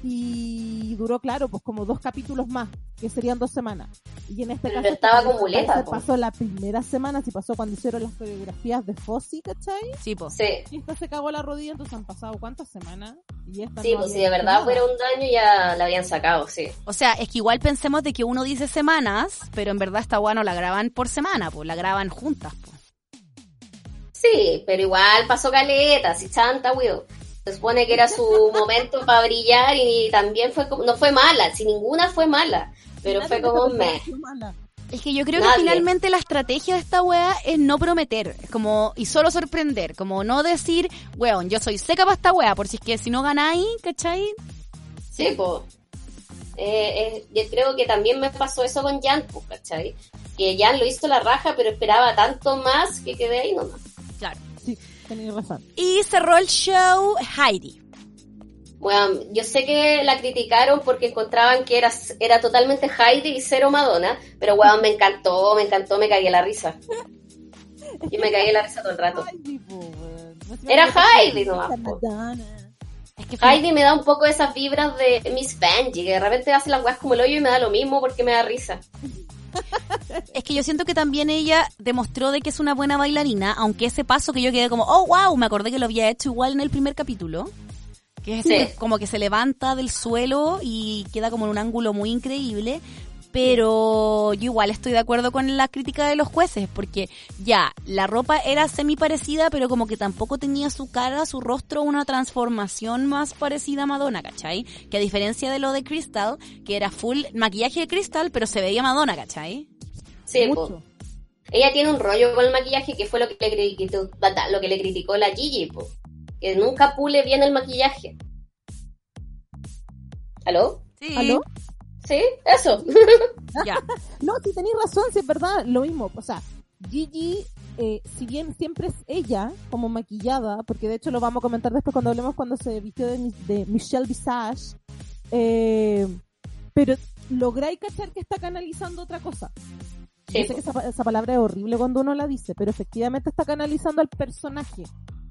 Y duró, claro, pues como dos capítulos más, que serían dos semanas. Y en este Pero caso. estaba con al muleta, parecer po. pasó la primera semana, si pasó cuando hicieron las coreografías de Fossi, ¿cachai? Sí, po. Sí, Y esta se cagó la rodilla, entonces han pasado cuántas semanas. Y esta sí, no pues había si de hecho verdad nada. fuera un daño ya la habían sacado, sí. O sea, es que igual pensemos de que uno dice semanas, pero en verdad esta bueno la graban por semana, pues la graban juntas. po. Sí, pero igual pasó caleta, si chanta, weón. Se supone que era su momento para brillar y también fue como, no fue mala, si ninguna fue mala, pero Nadie fue me como pareció meh. mala. Es que yo creo que Nadie. finalmente la estrategia de esta wea es no prometer, es como y solo sorprender, como no decir, weón, yo soy seca para esta wea, por si es que si no ganáis, ¿cachai? Sí, pues. Eh, eh, yo creo que también me pasó eso con Jan, pues, ¿cachai? Que Jan lo hizo la raja, pero esperaba tanto más que quedé ahí nomás. Claro. Sí, tenéis razón. Y cerró el show Heidi. Bueno, yo sé que la criticaron porque encontraban que era, era totalmente Heidi y cero Madonna, pero weón, me encantó, me encantó, me cagué la risa. Yo me cagué la risa todo el rato. Heidi, po, weón. No se Era me ocurre Heidi pues, que nomás, pues. era po. Madonna. Es que fin- Heidi me da un poco esas vibras de Miss Benji, que de repente hace las weas como el hoyo y me da lo mismo porque me da risa. es que yo siento que también ella demostró de que es una buena bailarina, aunque ese paso que yo quedé como, oh wow, me acordé que lo había hecho igual en el primer capítulo. Que es Sí. ese- como que se levanta del suelo y queda como en un ángulo muy increíble. Pero yo igual estoy de acuerdo con la crítica de los jueces, porque ya, la ropa era semi parecida, pero como que tampoco tenía su cara, su rostro, una transformación más parecida a Madonna, ¿cachai? Que a diferencia de lo de Crystal, que era full maquillaje de Crystal, pero se veía Madonna, ¿cachai? Sí, pues. po. Mucho. Ella tiene un rollo con el maquillaje que fue lo que le criticó, lo que le criticó la Gigi, po. que nunca pule bien el maquillaje. ¿Aló? Sí. ¿Aló? Sí, eso. Ya. No, sí tenéis razón, sí es verdad, lo mismo. O sea, Gigi, eh, si bien siempre es ella como maquillada, porque de hecho lo vamos a comentar después cuando hablemos cuando se vistió de, mi- de Michelle Visage, eh, pero lográis cachar que está canalizando otra cosa. Yo Sí, sé que esa, pa- esa palabra es horrible cuando uno la dice, pero efectivamente está canalizando al personaje.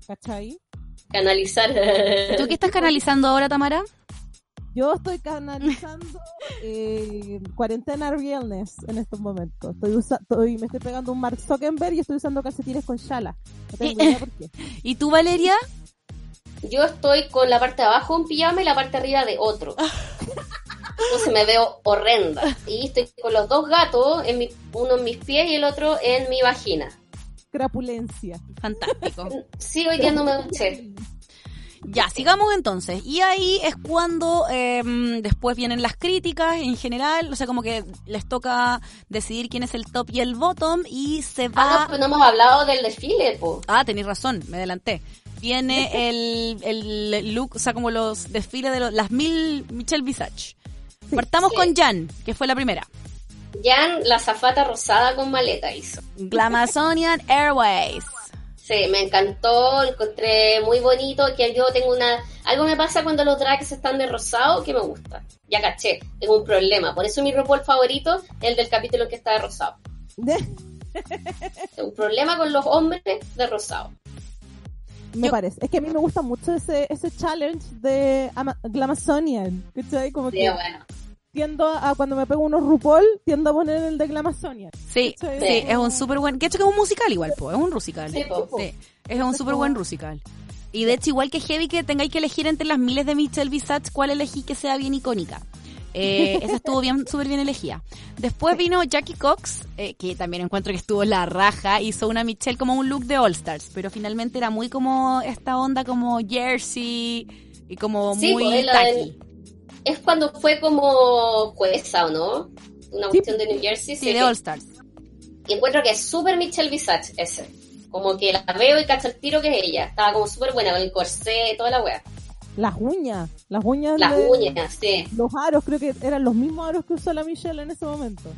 ¿Cachai? canalizar. ¿Tú qué estás canalizando ahora, Tamara? Yo estoy canalizando eh, cuarentena realness en estos momentos. Estoy, usa- estoy- me estoy pegando un Mark Zuckerberg y estoy usando calcetines con Shala. No tengo idea por qué. ¿Y tú, Valeria? Yo estoy con la parte de abajo un pijama y la parte de arriba de otro. Entonces me veo horrenda. Y estoy con los dos gatos, en mi- uno en mis pies y el otro en mi vagina. Crapulencia. Fantástico. Sí, hoy día no me duché. Ya, sigamos entonces. Y ahí es cuando eh, después vienen las críticas en general, o sea, como que les toca decidir quién es el top y el bottom y se Ah, no, va... pero no hemos hablado del desfile, po. Ah, tenéis razón, me adelanté. Viene el, el look, o sea, como los desfiles de los- las mil Michelle Visage. Partamos Sí. con Jan, que fue la primera. Jan, la zafata rosada con maleta hizo. Glamazonian Airways. Sí, me encantó, encontré muy bonito, que yo tengo una... Algo me pasa cuando los drags están de rosado que me gusta. Ya caché, tengo un problema. Por eso mi RuPaul favorito es el del capítulo en que está de rosado. Tengo un problema con los hombres de rosado. me Yo- parece. Es que a mí me gusta mucho ese, ese challenge de Ama- Glamazonian. ¿Cachai? Como Sí, que bueno. tiendo a, a cuando me pego unos RuPaul, tiendo a poner el de Glamazonian. Sí, sí, Sí. es un súper buen... Que hecho que es un musical igual, po, es un musical. Sí, po. Sí, es un súper buen musical. Y de hecho, igual que Heavy, que tengáis que elegir entre las miles de Michelle Visage, cuál elegí que sea bien icónica. Eh, esa estuvo bien, súper bien elegida. Después vino Jackie Cox, eh, que también encuentro que estuvo la raja, hizo una Michelle como un look de All Stars, pero finalmente era muy como esta onda como jersey y como Sí, muy po, es la del- tacky. Es cuando fue como Cuesta, ¿o no? Una Sí. cuestión de New Jersey. Sí, sí, de que- All Stars. Y encuentro que es súper Michelle Visage ese. Como que la veo y cacho el tiro que es ella. Estaba como súper buena con el corsé, toda la wea. Las uñas. Las uñas. Las de- uñas, sí. Los aros, creo que eran los mismos aros que usó la Michelle en ese momento.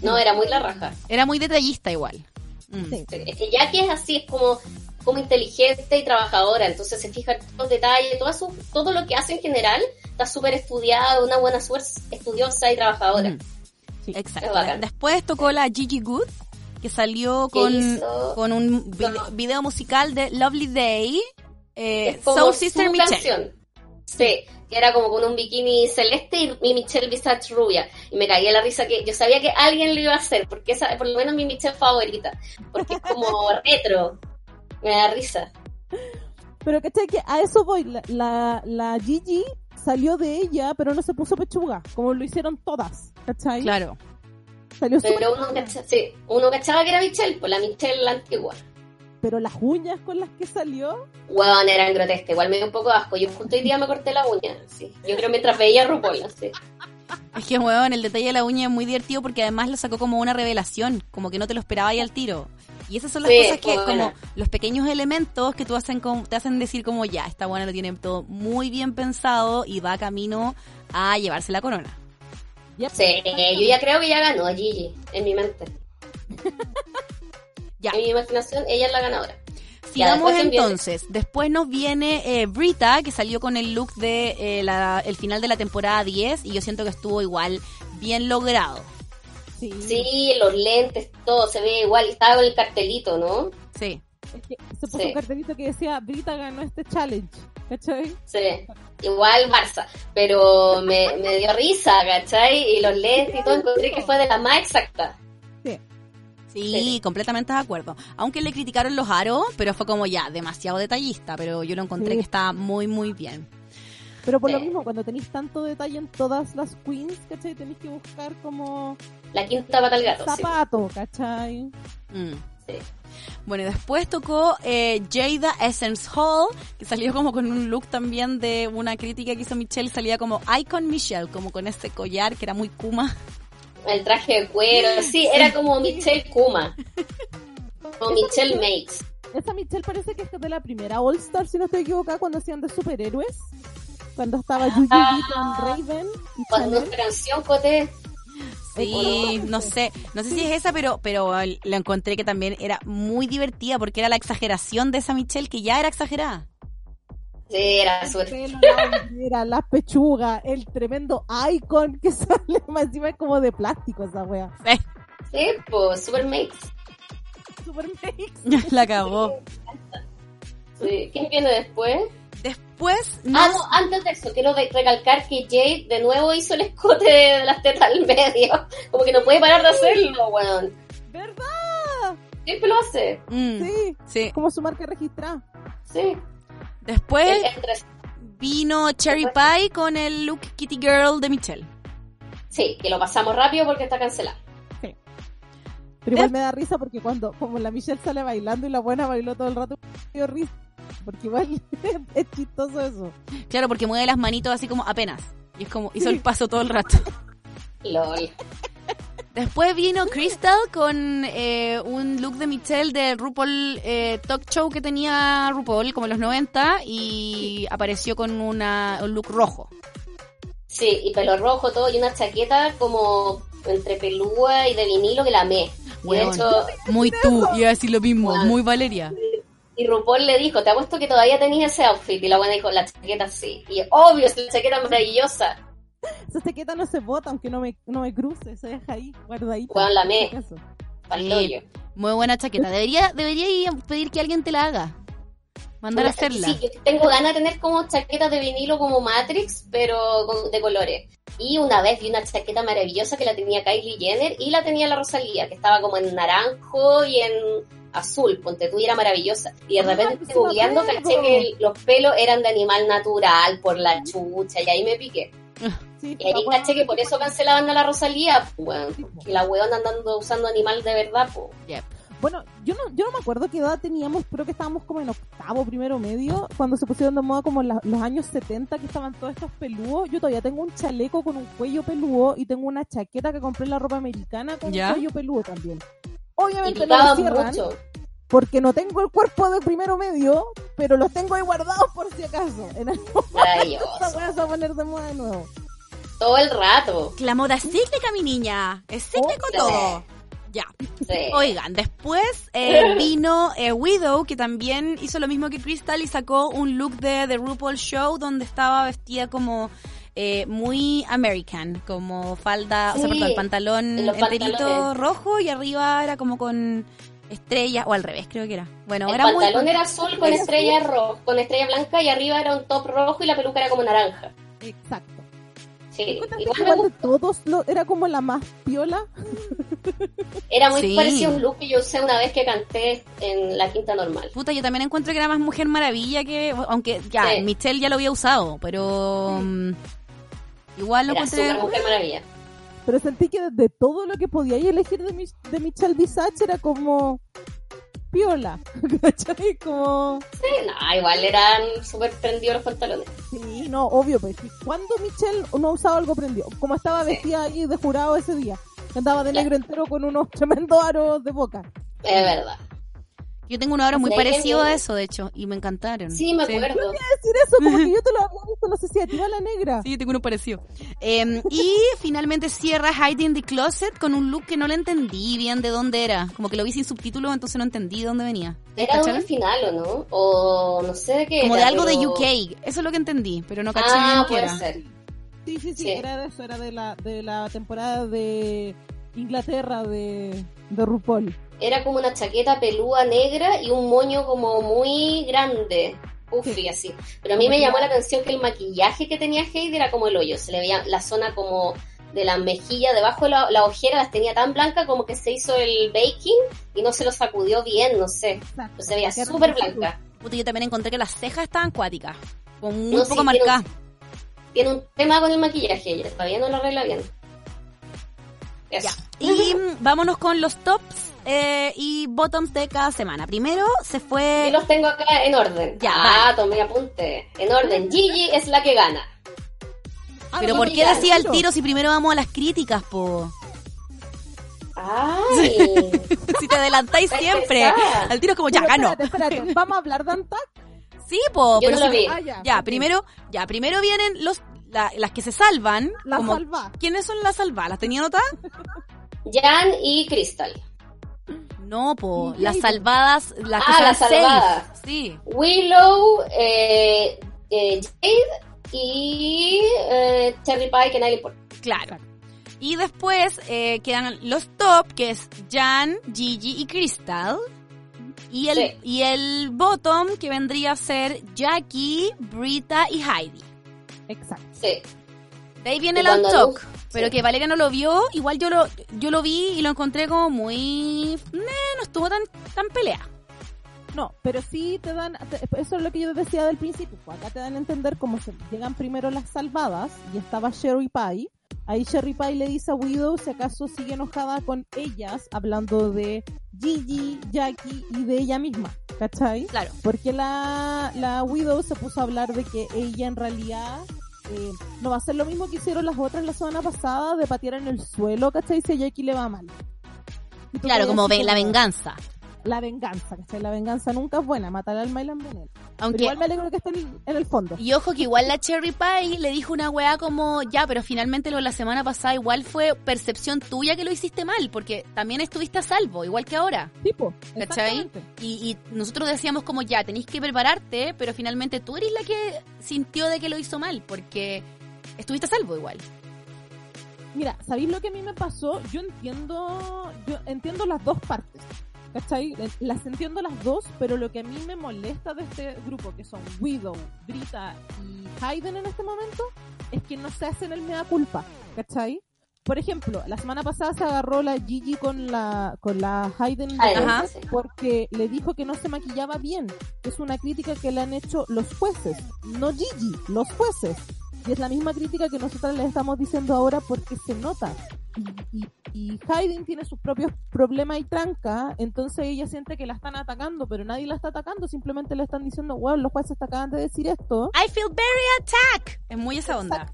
No, era muy la raja. Era muy detallista igual. Mm. Sí. Sí, Es que Jackie es así, es como, como inteligente y trabajadora, entonces se fija en todos los detalles, todo, su, todo lo que hace en general está súper estudiado, una buena suerte estudiosa y trabajadora. Mm. Sí. Exacto. Es bacán. Después tocó la Gigi Good, que salió Que con, hizo- con un vide- video, con- musical de Lovely Day, eh, Es como Soul Sister su Michelle. canción. Sí, que era como con un bikini celeste y mi Michelle Visage rubia. Y me caía la risa que yo sabía que alguien lo iba a hacer, porque esa es por lo menos mi Michelle favorita, porque es como retro. Me da risa. Pero ¿cachai? Que a eso voy. La, la, la Gigi salió de ella, pero no se puso pechuga, como lo hicieron todas. ¿Cachai? Claro. Salió súper- Pero uno, cacha- sí, uno cachaba que era Michelle, pues la Michelle la antigua. pero las uñas con las que salió. Huevón, eran grotescas. Igual me dio un poco de asco. Yo justo hoy día me corté la uña. Sí. Yo creo mientras veía a RuPaul. Sí. Es que, weón, el detalle de la uña es muy divertido porque además lo sacó como una revelación, como que no te lo esperaba ahí al tiro. Y esas son las Sí, pues, cosas que, muy como buena. los pequeños elementos que tú hacen como- te hacen decir como, ya, esta buena lo tiene todo muy bien pensado y va camino a llevarse la corona. Yep. Sí, yo ya creo que ya ganó Gigi en mi mente. Ya. En mi imaginación, ella es la ganadora. Sigamos después quién viene. entonces. Después nos viene eh, Brita, que salió con el look de eh, la- el final de la temporada 10 y yo siento que estuvo igual bien logrado. Sí. Sí, los lentes, todo se ve igual. Estaba con el cartelito, ¿no? Sí. Es que se puso Sí. un cartelito que decía, Brita ganó este challenge. ¿Cachai? Sí. Igual Barça. Pero me, me dio risa, ¿cachai? Y los lentes y todo. Encontré que fue de la más exacta. Sí, Sí. completamente de acuerdo. Aunque le criticaron los aros, pero fue como ya, demasiado detallista, pero yo lo encontré Sí. que estaba muy, muy bien. Pero por lo Sí. mismo, cuando tenéis tanto detalle en todas las queens, ¿cachai? Tenéis que buscar como La quinta pata al gato. sí. zapato, ¿cachai? Mm. Sí. Bueno, y después tocó eh, Jada Essence Hall, que salió como con un look también de una crítica que hizo Michelle, salía como Icon Michelle, como con ese collar que era muy kuma. El traje de cuero. Sí, era como Michelle Kuma. Como Michelle Makes. Esa Michelle parece que es de la primera All Star, si no estoy equivocada, cuando hacían de superhéroes. Cuando estaba Yu Yu Yu con Raven y Cuando Chanel. nuestra canción Coté. Sí, no sé, no sé si es esa, pero pero la encontré que también era muy divertida porque era la exageración de esa Michelle que ya era exagerada. Sí, era El súper. pelo, la bandera, las pechugas, el tremendo icon que sale más encima es como de plástico esa wea. Sí, pues, super mix. Super mix. la cagó. Sí. ¿Quién viene después? Después Ah, nos- no, antes de eso, quiero re- recalcar que Jade de nuevo hizo el escote de las tetas al medio. Como que no puede parar de hacerlo, weón. ¿Verdad? Siempre lo hace. Mm, sí. Sí. Como su marca registrada. Sí. Después El- entre- eh. vino Cherry Pie con el look Kitty Girl de Michelle. Sí, que lo pasamos rápido porque está cancelado. Pero igual me da risa porque cuando como la Michelle sale bailando y la buena bailó todo el rato, me dio risa. Porque igual es chistoso eso. Claro, porque mueve las manitos así como apenas. Y es como, hizo el paso todo el rato. LOL. Después vino Crystal con eh, un look de Michelle de RuPaul eh, Talk Show que tenía RuPaul como en los 90 y apareció con una, un look rojo. Sí, y pelo rojo todo y una chaqueta como entre pelúa y de vinilo que la amé. Y de Weón. hecho, Muy tú, iba a decir lo mismo, muy Valeria. y RuPaul le dijo, te apuesto que todavía tenías ese outfit. Y la buena dijo, la chaqueta sí. Y obvio, es la chaqueta maravillosa. Esa chaqueta no se bota, aunque no me, no me cruce, se deja ahí, este guardadita. Weón, la amé. Eso. Pa'l Sí. hoyo. Muy buena chaqueta. Debería, debería ir a pedir que alguien te la haga. Mandar a hacerla. Sí, yo tengo ganas de tener como chaquetas de vinilo como Matrix, pero con- de colores. Y una vez vi una chaqueta maravillosa que la tenía Kylie Jenner y la tenía la Rosalía, que estaba como en naranjo y en azul, ponte tú, y era maravillosa. Y de Ay, repente, sí me googleando, acuerdo. caché que el- los pelos eran de animal natural por la chucha, y ahí me piqué. Sí, Y ahí la weá- caché que por eso cancelaban a la Rosalía, pues, weón, Sí, po. porque la weona andando usando animal de verdad, pues. Bueno, yo no, yo no me acuerdo qué edad teníamos, creo que estábamos como en octavo, primero medio, cuando se pusieron de moda como la- los años 70 que estaban todos estos peludos. Yo todavía tengo un chaleco con un cuello peludo y tengo una chaqueta que compré en la ropa americana con ¿Ya? un cuello peludo también. Y Obviamente no lo picaban cierran mucho. porque no tengo el cuerpo de primero medio, pero los tengo ahí guardados por si acaso. En algún Maravilloso. momento se va a poner de moda de nuevo. Todo el rato. La moda es cíclica, mi niña. Es cíclico Otra. todo. Ya. Sí. Oigan, después eh, vino eh, Widow, que también hizo lo mismo que Crystal y sacó un look de The RuPaul Show donde estaba vestida como eh, muy American, como falda, o sea, Sí, perdón, pantalón los enterito pantalones. rojo y arriba era como con estrellas, o al revés creo que era. Bueno, el era muy... pantalón era azul con Eso. estrella ro- con estrella blanca y arriba era un top rojo y la peluca era como naranja. Exacto. Sí, Cuéntame, igual me igual gustó. de todos, lo- era como la más piola. Era muy Sí. parecido a un look que yo usé una vez que canté en la quinta normal. Puta, yo también encuentro que era más Mujer Maravilla que... Aunque ya, Sí. Michelle ya lo había usado, pero... mm, igual lo Era encontré... súper mujer maravilla. Pero sentí que de todo lo que podía elegir de, Mich- de Michelle Visage era como piola. ¿Cachai? Como. Sí, no, igual eran súper prendidos los pantalones. Sí, no, obvio, pero sí, ¿cuándo Michelle no ha usado algo prendido? Como estaba vestida ahí de jurado ese día. Andaba de negro entero con unos tremendos aros de boca. Es Mm. verdad. Yo tengo una obra muy Sí, parecido sí. a eso, de hecho, y me encantaron. Sí, me acuerdo. Decir eso, como que yo te lo había visto, no sé si a ti o a la negra. Sí, yo tengo uno parecido. Eh, y finalmente cierra Hiding the Closet con un look que no le entendí bien de dónde era. Como que lo vi sin subtítulos, entonces no entendí de dónde venía. Era de un ¿Cacharon? final, ¿o no? O no sé de qué Como de era, algo de pero- UK. Eso es lo que entendí, pero no caché Ah, bien qué puede era. ser. Sí, sí, sí, Sí. era de eso, era de la, de la temporada de Inglaterra de, de RuPaul. Era como una chaqueta pelúa negra y un moño como muy grande. Puffy, así. Pero a mí me llamó la atención que el maquillaje que tenía Heidi era como el hoyo. Se le veía la zona como de la mejilla, debajo de la, la ojera las tenía tan blanca como que se hizo el baking y no se lo sacudió bien, no sé. Exacto. Se veía Quedaron súper con su- blanca. Puta, yo también encontré que las cejas estaban cuáticas. Con muy No, sí, pero- poco marcadas. Tiene un tema con el maquillaje ella, todavía no lo arregla bien. Eso. Y mm, vámonos con los tops eh, y bottoms de cada semana. Primero se Yo fue... los tengo acá en orden. Ya, ah, tomé apunte. En orden. Gigi es la que gana. Ah, Pero no, ¿por no, qué ya, decía el tiro si primero vamos a las críticas, po? ¡Ay! Si te adelantáis Ay, siempre. pesada. Al tiro es como, ya Pero ganó. Espérate, espérate, ¿vamos a hablar de Antac? Sí, po, Yo pero no lo sí- vi. Ah, ya. Ya, ok. primero, ya, primero vienen los, la- las que se salvan. La como- salva. ¿Quiénes son las salvadas? ¿Las tenía anotadas? Jan y Crystal. No, po, Sí, las po. salvadas, las que Ah, son las safe. salvadas. Sí. Willow, eh, eh, Jade y eh, Cherry Pie, que nadie le importa. Claro. Y después eh, quedan los top, que es Jan, Gigi y Crystal. Y el, Sí. y el bottom, que vendría a ser Jackie, Brita y Heidi. Exacto. Sí. De ahí viene Y el cuando Untalk. anun- Pero sí. que Valeria no lo vio, igual yo lo, yo lo vi y lo encontré como muy... "Meh", no estuvo tan, tan pelea. No, pero sí te dan, te- eso es lo que yo decía del principio, pues acá te dan a entender cómo se llegan primero las salvadas y estaba Sherry Pie. Ahí Sherry Pie le dice a Widow si acaso sigue enojada con ellas, hablando de Gigi, Jackie y de ella misma, ¿cachai? Claro. Porque la, la Widow se puso a hablar de que ella en realidad eh, no va a hacer lo mismo que hicieron las otras la semana pasada de patear en el suelo, ¿cachai? Si a Jackie le va mal. Y tú Claro, quedas como así ve, la venganza. la venganza, ¿cachai? La venganza nunca es buena, matar al alma y la envenena. Pero Aunque... igual me alegro que esté en, en el fondo. Y ojo que igual la Cherry Pie le dijo una weá como, ya, pero finalmente lo de la semana pasada igual fue percepción tuya que lo hiciste mal, porque también estuviste a salvo, igual que ahora. Tipo, ¿Cachai? exactamente. Y, y nosotros decíamos como, ya, tenéis que prepararte, pero finalmente tú eres la que sintió de que lo hizo mal, porque estuviste a salvo igual. Mira, ¿sabéis lo que a mí me pasó? Yo entiendo, yo entiendo las dos partes. ¿Cachai? Eh, Las entiendo las dos, pero lo que a mí me molesta de este grupo, que son Widow, Brita y Hayden en este momento, es que no se hacen el mea culpa. ¿Cachai? Por ejemplo, la semana pasada se agarró la Gigi con la, con la Hayden de Hayden, Ajá. sí. porque le dijo que no se maquillaba bien. Es una crítica que le han hecho los jueces, no Gigi, los jueces. Y es la misma crítica que nosotras les estamos diciendo ahora porque se nota. Y, y, y Hayden tiene sus propios problemas y tranca, entonces ella siente que la están atacando, pero nadie la está atacando, simplemente le están diciendo, wow, los jueces te acaban de decir esto. I feel very attacked. Es muy esa onda.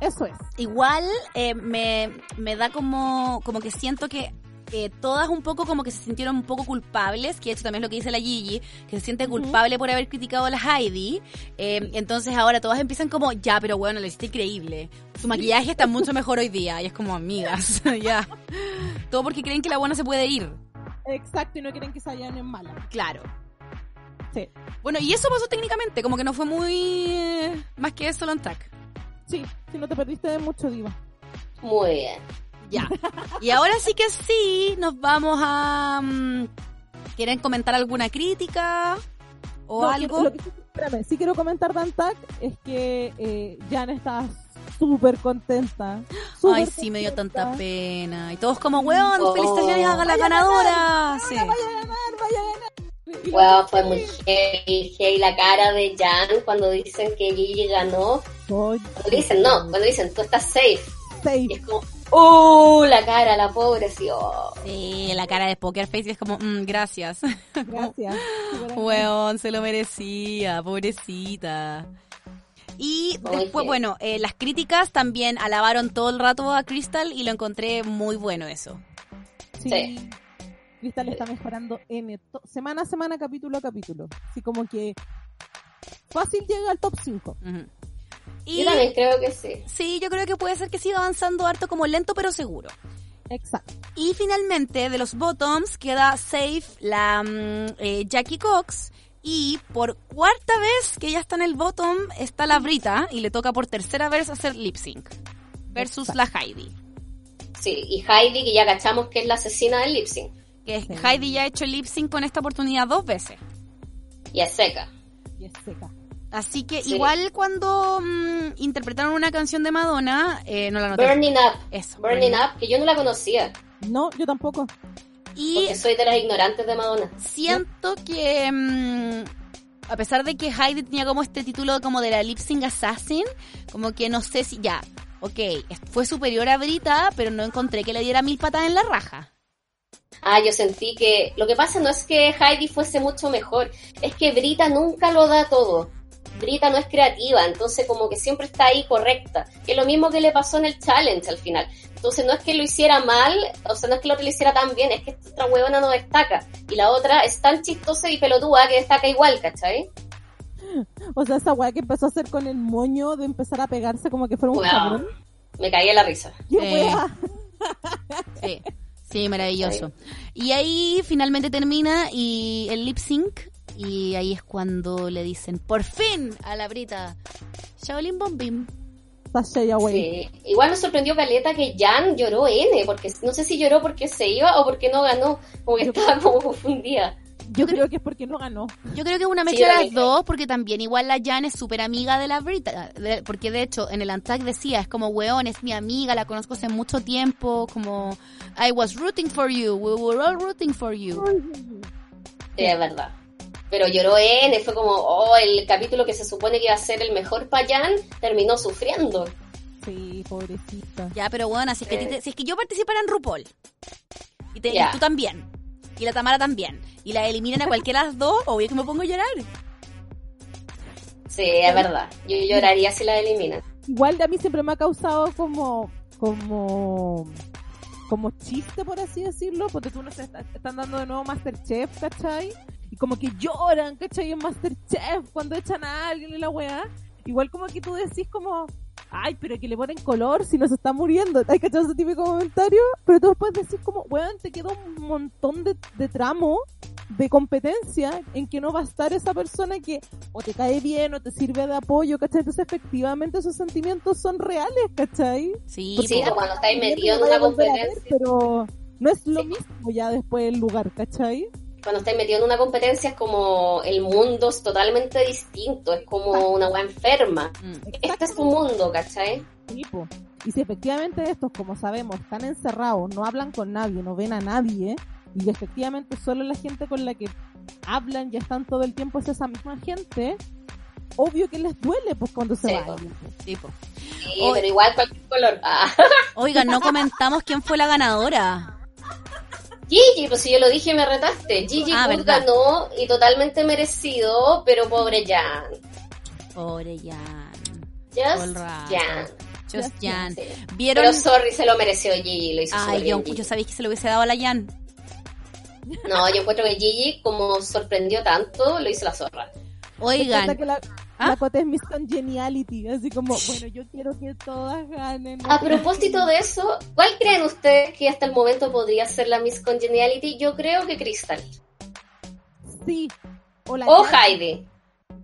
Eso es. Igual eh, me, me da como, como que siento que eh, todas un poco como que se sintieron un poco culpables, que esto también es lo que dice la Gigi, que se siente Ujú. culpable por haber criticado a la Heidi. Eh, entonces ahora todas empiezan como, ya, pero bueno, lo hiciste increíble. Su maquillaje está mucho mejor hoy día. Y es como, amigas, ya. Todo porque creen que la buena se puede ir. Exacto, y no quieren que salgan en mala. Claro. Sí. Bueno, y eso pasó técnicamente, como que no fue muy... eh, más que solo un track. Sí, si no te perdiste de mucho, Diva. Muy bien. Ya. Y ahora sí que sí, nos vamos a... mm, ¿Quieren comentar alguna crítica o No, algo? quiero- lo que sí- espérame, sí quiero comentar, Dantac, es que eh, Jan está súper contenta. Ay, súper sí, me dio contenta. tanta pena. Y todos como, weón, Oh. felicitaciones a la Vaya, ganadora. Sí. Vaya a ganar, vaya a ganar. Y- Wow, fue muy heavy, heavy la cara de Jan cuando dicen que Gigi ganó. Soy Cuando dicen no, cuando dicen tú estás safe. Y es safe. como, ¡uh! La cara, la pobre, así, oh. Sí, la cara de Poker Face y es como, mm, gracias. Gracias. Súper Weón, se lo merecía, pobrecita. Y Oye. después, bueno, eh, las críticas también alabaron todo el rato a Crystal y lo encontré muy bueno eso. Sí. Sí. Cristal está mejorando en to- semana a semana, capítulo a capítulo. Así como que fácil llega al top 5. Ujú. Yo también creo que sí. Sí, yo creo que puede ser que siga avanzando harto como lento pero seguro. Exacto. Y finalmente de los bottoms queda safe la mm, eh, Jackie Cox y por cuarta vez que ya está en el bottom está la Brita y le toca por tercera vez hacer lip sync versus la Heidi. Sí, y Heidi, que ya cachamos que es la asesina del Lipsing. Que Sí. Heidi ya ha hecho lip sync con esta oportunidad dos veces. Y es seca. Y es seca. Así que Sí. igual cuando mm, interpretaron una canción de Madonna, eh, no la noté. Burning Up. Eso. Burning Up, que yo no la conocía, No, yo tampoco. Y porque soy de las ignorantes de Madonna. Siento que mm, a pesar de que Heidi tenía como este título como de la lip sync assassin, como que no sé si ya, ok, es- fue superior a Brita, pero no encontré que le diera mil patadas en la raja. Ah, yo sentí que lo que pasa no es que Heidi fuese mucho mejor, es que Brita nunca lo da todo. Brita no es creativa, entonces como que siempre está ahí correcta. Que es lo mismo que le pasó en el challenge al final. Entonces no es que lo hiciera mal, o sea, no es que lo que lo hiciera tan bien, es que esta otra huevona no destaca. Y la otra es tan chistosa y pelotúa que destaca igual, ¿cachai? O sea, esa weá que empezó a hacer con el moño de empezar a pegarse como que fuera un Wow. cabrón. Me caí en la risa. Sí. ¡Qué weá! Sí, sí, maravilloso. Y ahí finalmente termina y el lip sync y ahí es cuando le dicen por fin a la Brita Shaolin Bombim. Sashay away. Sí. Igual nos sorprendió Caleta que Jan lloró N, porque no sé si lloró porque se iba o porque no ganó, como que Yo- estaba como confundida. Yo creo que es porque no ganó. Yo creo que es una Sí, mezcla de yo las también. dos, porque también igual la Jan es súper amiga de la Brita, de- porque de hecho en el Antac decía, es como, weón, es mi amiga, la conozco hace mucho tiempo, como, I was rooting for you, we were all rooting for you. Sí, es verdad. Pero lloró N, fue como, oh, el capítulo que se supone que iba a ser el mejor para Jan terminó sufriendo. Sí, pobrecita. Ya, pero bueno, si es que, a ti te- si es que yo participara en RuPaul, y, te, y Ya. tú también, y la Tamara también, y la eliminan a cualquiera de las dos, obvio que me pongo a llorar. Sí, es verdad. Yo lloraría si la eliminan. Igual de a mí siempre me ha causado como, como, como chiste, por así decirlo, porque tú no sé, está- están dando de nuevo Masterchef, ¿cachai? Y como que lloran, ¿cachai? En Masterchef, cuando echan a alguien y la weá. Igual como que tú decís como, ay, pero que le ponen color si nos está muriendo. ¿Hay cachado ese típico comentario? Pero tú después decís como, weón, te queda un montón de, de tramo de competencia en que no va a estar esa persona que o te cae bien o te sirve de apoyo, ¿cachai? Entonces efectivamente esos sentimientos son reales, ¿cachai? Sí, Sí, po. o cuando estáis metido en No una vaya a volver a ver, competencia. Pero no es lo Sí. mismo ya después el lugar, ¿cachai? cuando estáis metido en una competencia es como el mundo es totalmente distinto, es Ah. como una weá enferma. Mm. Este es tu mundo, ¿cachai? Tipo. Y si efectivamente estos, como sabemos, están encerrados, no hablan con nadie, no ven a nadie, y efectivamente solo la gente con la que hablan ya están todo el tiempo es esa misma gente, obvio que les duele pues cuando se Sí, van. pues. Mm. Sí, po. Sí, Oy. pero igual cualquier color. Ah. Oigan, no comentamos quién fue la ganadora. Gigi, pues si yo lo dije, me retaste. Gigi Ah, Good verdad. ganó y totalmente merecido, pero pobre Jan. Pobre Jan. Just All right. Jan. Just Just Jan. Sí. ¿Vieron? Pero sorry, se lo mereció Gigi, lo hizo súper Ay, bien yo, Gigi. yo sabía que se lo hubiese dado a la Jan. No, yo encuentro que Gigi, como sorprendió tanto, lo hizo la zorra. Me encanta Oigan, que la, ¿Ah? la Cote es Miss Congeniality, así como, bueno, yo quiero que todas ganen. ¿no? A propósito de eso, ¿cuál creen ustedes que hasta el momento podría ser la Miss Congeniality? Yo creo que Crystal. Sí. O la O Jan- Heidi.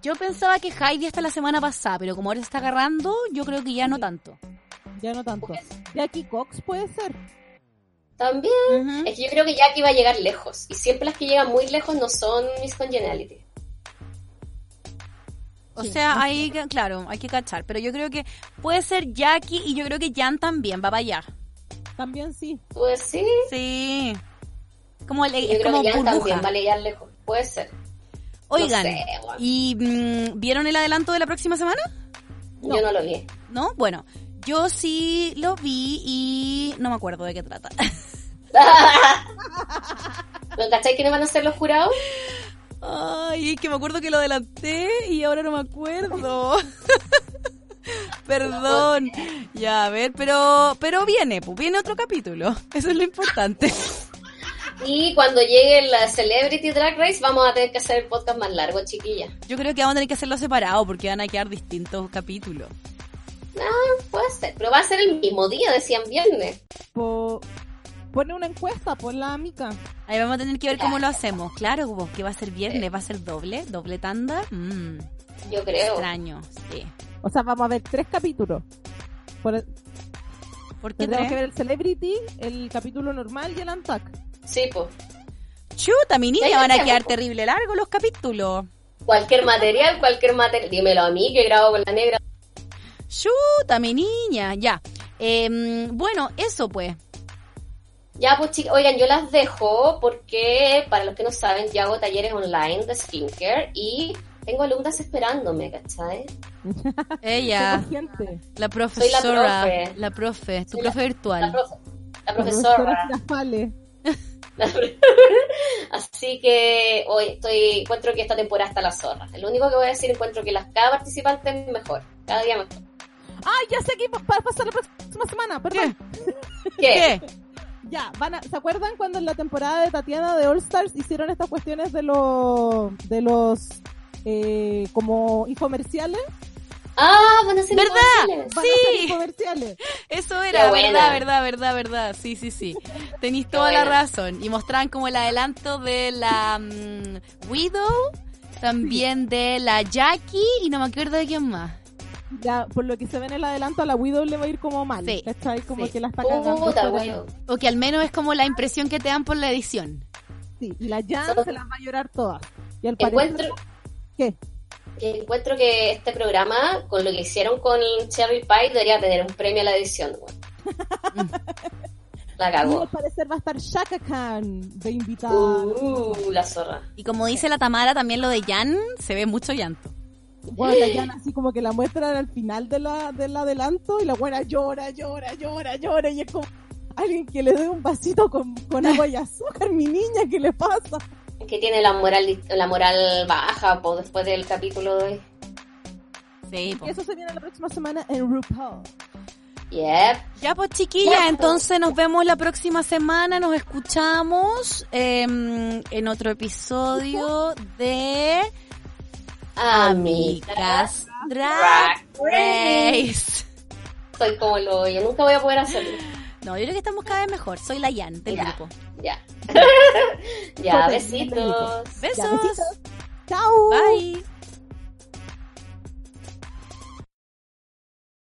yo pensaba que Heidi hasta la semana pasada, pero como ahora está agarrando, yo creo que ya no tanto. Ya no tanto. Jackie Cox puede ser. También. Ujú. Es que yo creo que Jackie va a llegar lejos. Y siempre las que llegan muy lejos no son Miss Congeniality. O Sí. sea, ahí, que- claro, hay que cachar. Pero yo creo que puede ser Jackie y yo creo que Jan también va para allá. También sí. Pues sí, Sí. Como el, yo es creo como que Jan burbuja. también va a llegar lejos. Puede ser. Oigan, No sé, bueno. ¿y mm, vieron el adelanto de la próxima semana? Yo no lo vi. ¿No? Bueno, yo sí lo vi y no me acuerdo de qué trata. ¿No cacháis quiénes van a ser los jurados? Ay, es que me acuerdo que lo adelanté y ahora no me acuerdo. Perdón. Ya, a ver, pero pero viene, pues viene otro capítulo. Eso es lo importante. Y cuando llegue la Celebrity Drag Race, vamos a tener que hacer el podcast más largo, chiquilla. Yo creo que vamos a tener que hacerlo separado porque van a quedar distintos capítulos. Puede ser, pero va a ser el mismo día, decían viernes. Po- Pone una encuesta por la amiga. Ahí vamos a tener que ver cómo lo hacemos. Claro, vos, que va a ser viernes, va a ser doble, doble tanda. Mm, Yo creo. extraño, sí. O sea, vamos a ver tres capítulos. Por- ¿Por qué tres? tendremos que ver el Celebrity, el capítulo normal y el Antac. Sí, pues. Chuta, mi niña, Ya, ya van a hacemos, quedar po. terrible largos los capítulos. Cualquier material, cualquier material. Dímelo a mí que grabo con la negra. Chuta, mi niña, ya. Em, bueno, eso pues. Ya, pues chicas, oigan, yo las dejo porque, para los que no saben, yo hago talleres online de skincare y tengo alumnas esperándome, ¿cachai? Ella, Tengo gente. la profesora, la profe, profe. tu Soy profe La, virtual. profe- la La profesora. Girafale. La pro- Así que hoy estoy, encuentro que esta temporada está la zorra. Lo único que voy a decir, encuentro que las, cada participante es mejor, cada día mejor. Ay, ya sé que va va a pasar la próxima semana. Perdón. ¿Qué? ¿Qué? Ya, van a- ¿se acuerdan cuando en la temporada de Tatiana de All Stars hicieron estas cuestiones de los de los eh, como infomerciales. Ah, van a ser ¿Verdad? iguales. Van Sí. a ser infomerciales. Eso Qué era, buena. verdad, verdad, verdad, verdad. Sí, sí, sí. Tenéis toda la buena. razón. Y mostraban como el adelanto de la mm, Widow, también de la Jackie y no me acuerdo de quién más. Ya, por lo que se ve en el adelanto, a la Widow le va a ir como mal. Sí, ¿Cachai? Como sí. que la está cagando. Puta, pero- bueno. O que al menos es como la impresión que te dan por la edición. Sí, y la Jan So- se las va a llorar todas. Y al parecer, Encuentro, ¿qué? que encuentro que este programa, con lo que hicieron con Cherry Pie, debería tener un premio a la edición. weón. Mm. La Y al cagó. parecer va a estar Shaka Khan de invitada. Uh, la zorra. Y como dice la Tamara, también lo de Jan, se ve mucho llanto. Bueno, la Jan así como que la muestran al final de la, del adelanto y la buena llora, llora, llora, llora. Y es como alguien que le dé un vasito con, con agua y azúcar, mi niña, ¿qué le pasa? Que tiene la moral, la moral baja po, después del capítulo de hoy. Sí, Y eso se viene la próxima semana en RuPaul. Yep. Ya pues chiquillas, Ya, pues. entonces nos vemos la próxima semana, nos escuchamos eh, en otro episodio de Ah, Amigas. Amigas Drag Race. Soy como lo oye, nunca voy a poder hacerlo. No, yo creo que estamos cada vez mejor, soy la Jan del Ya. grupo. Ya. ya, Joder, besitos. Besos. Ya, besitos. Chao. Bye.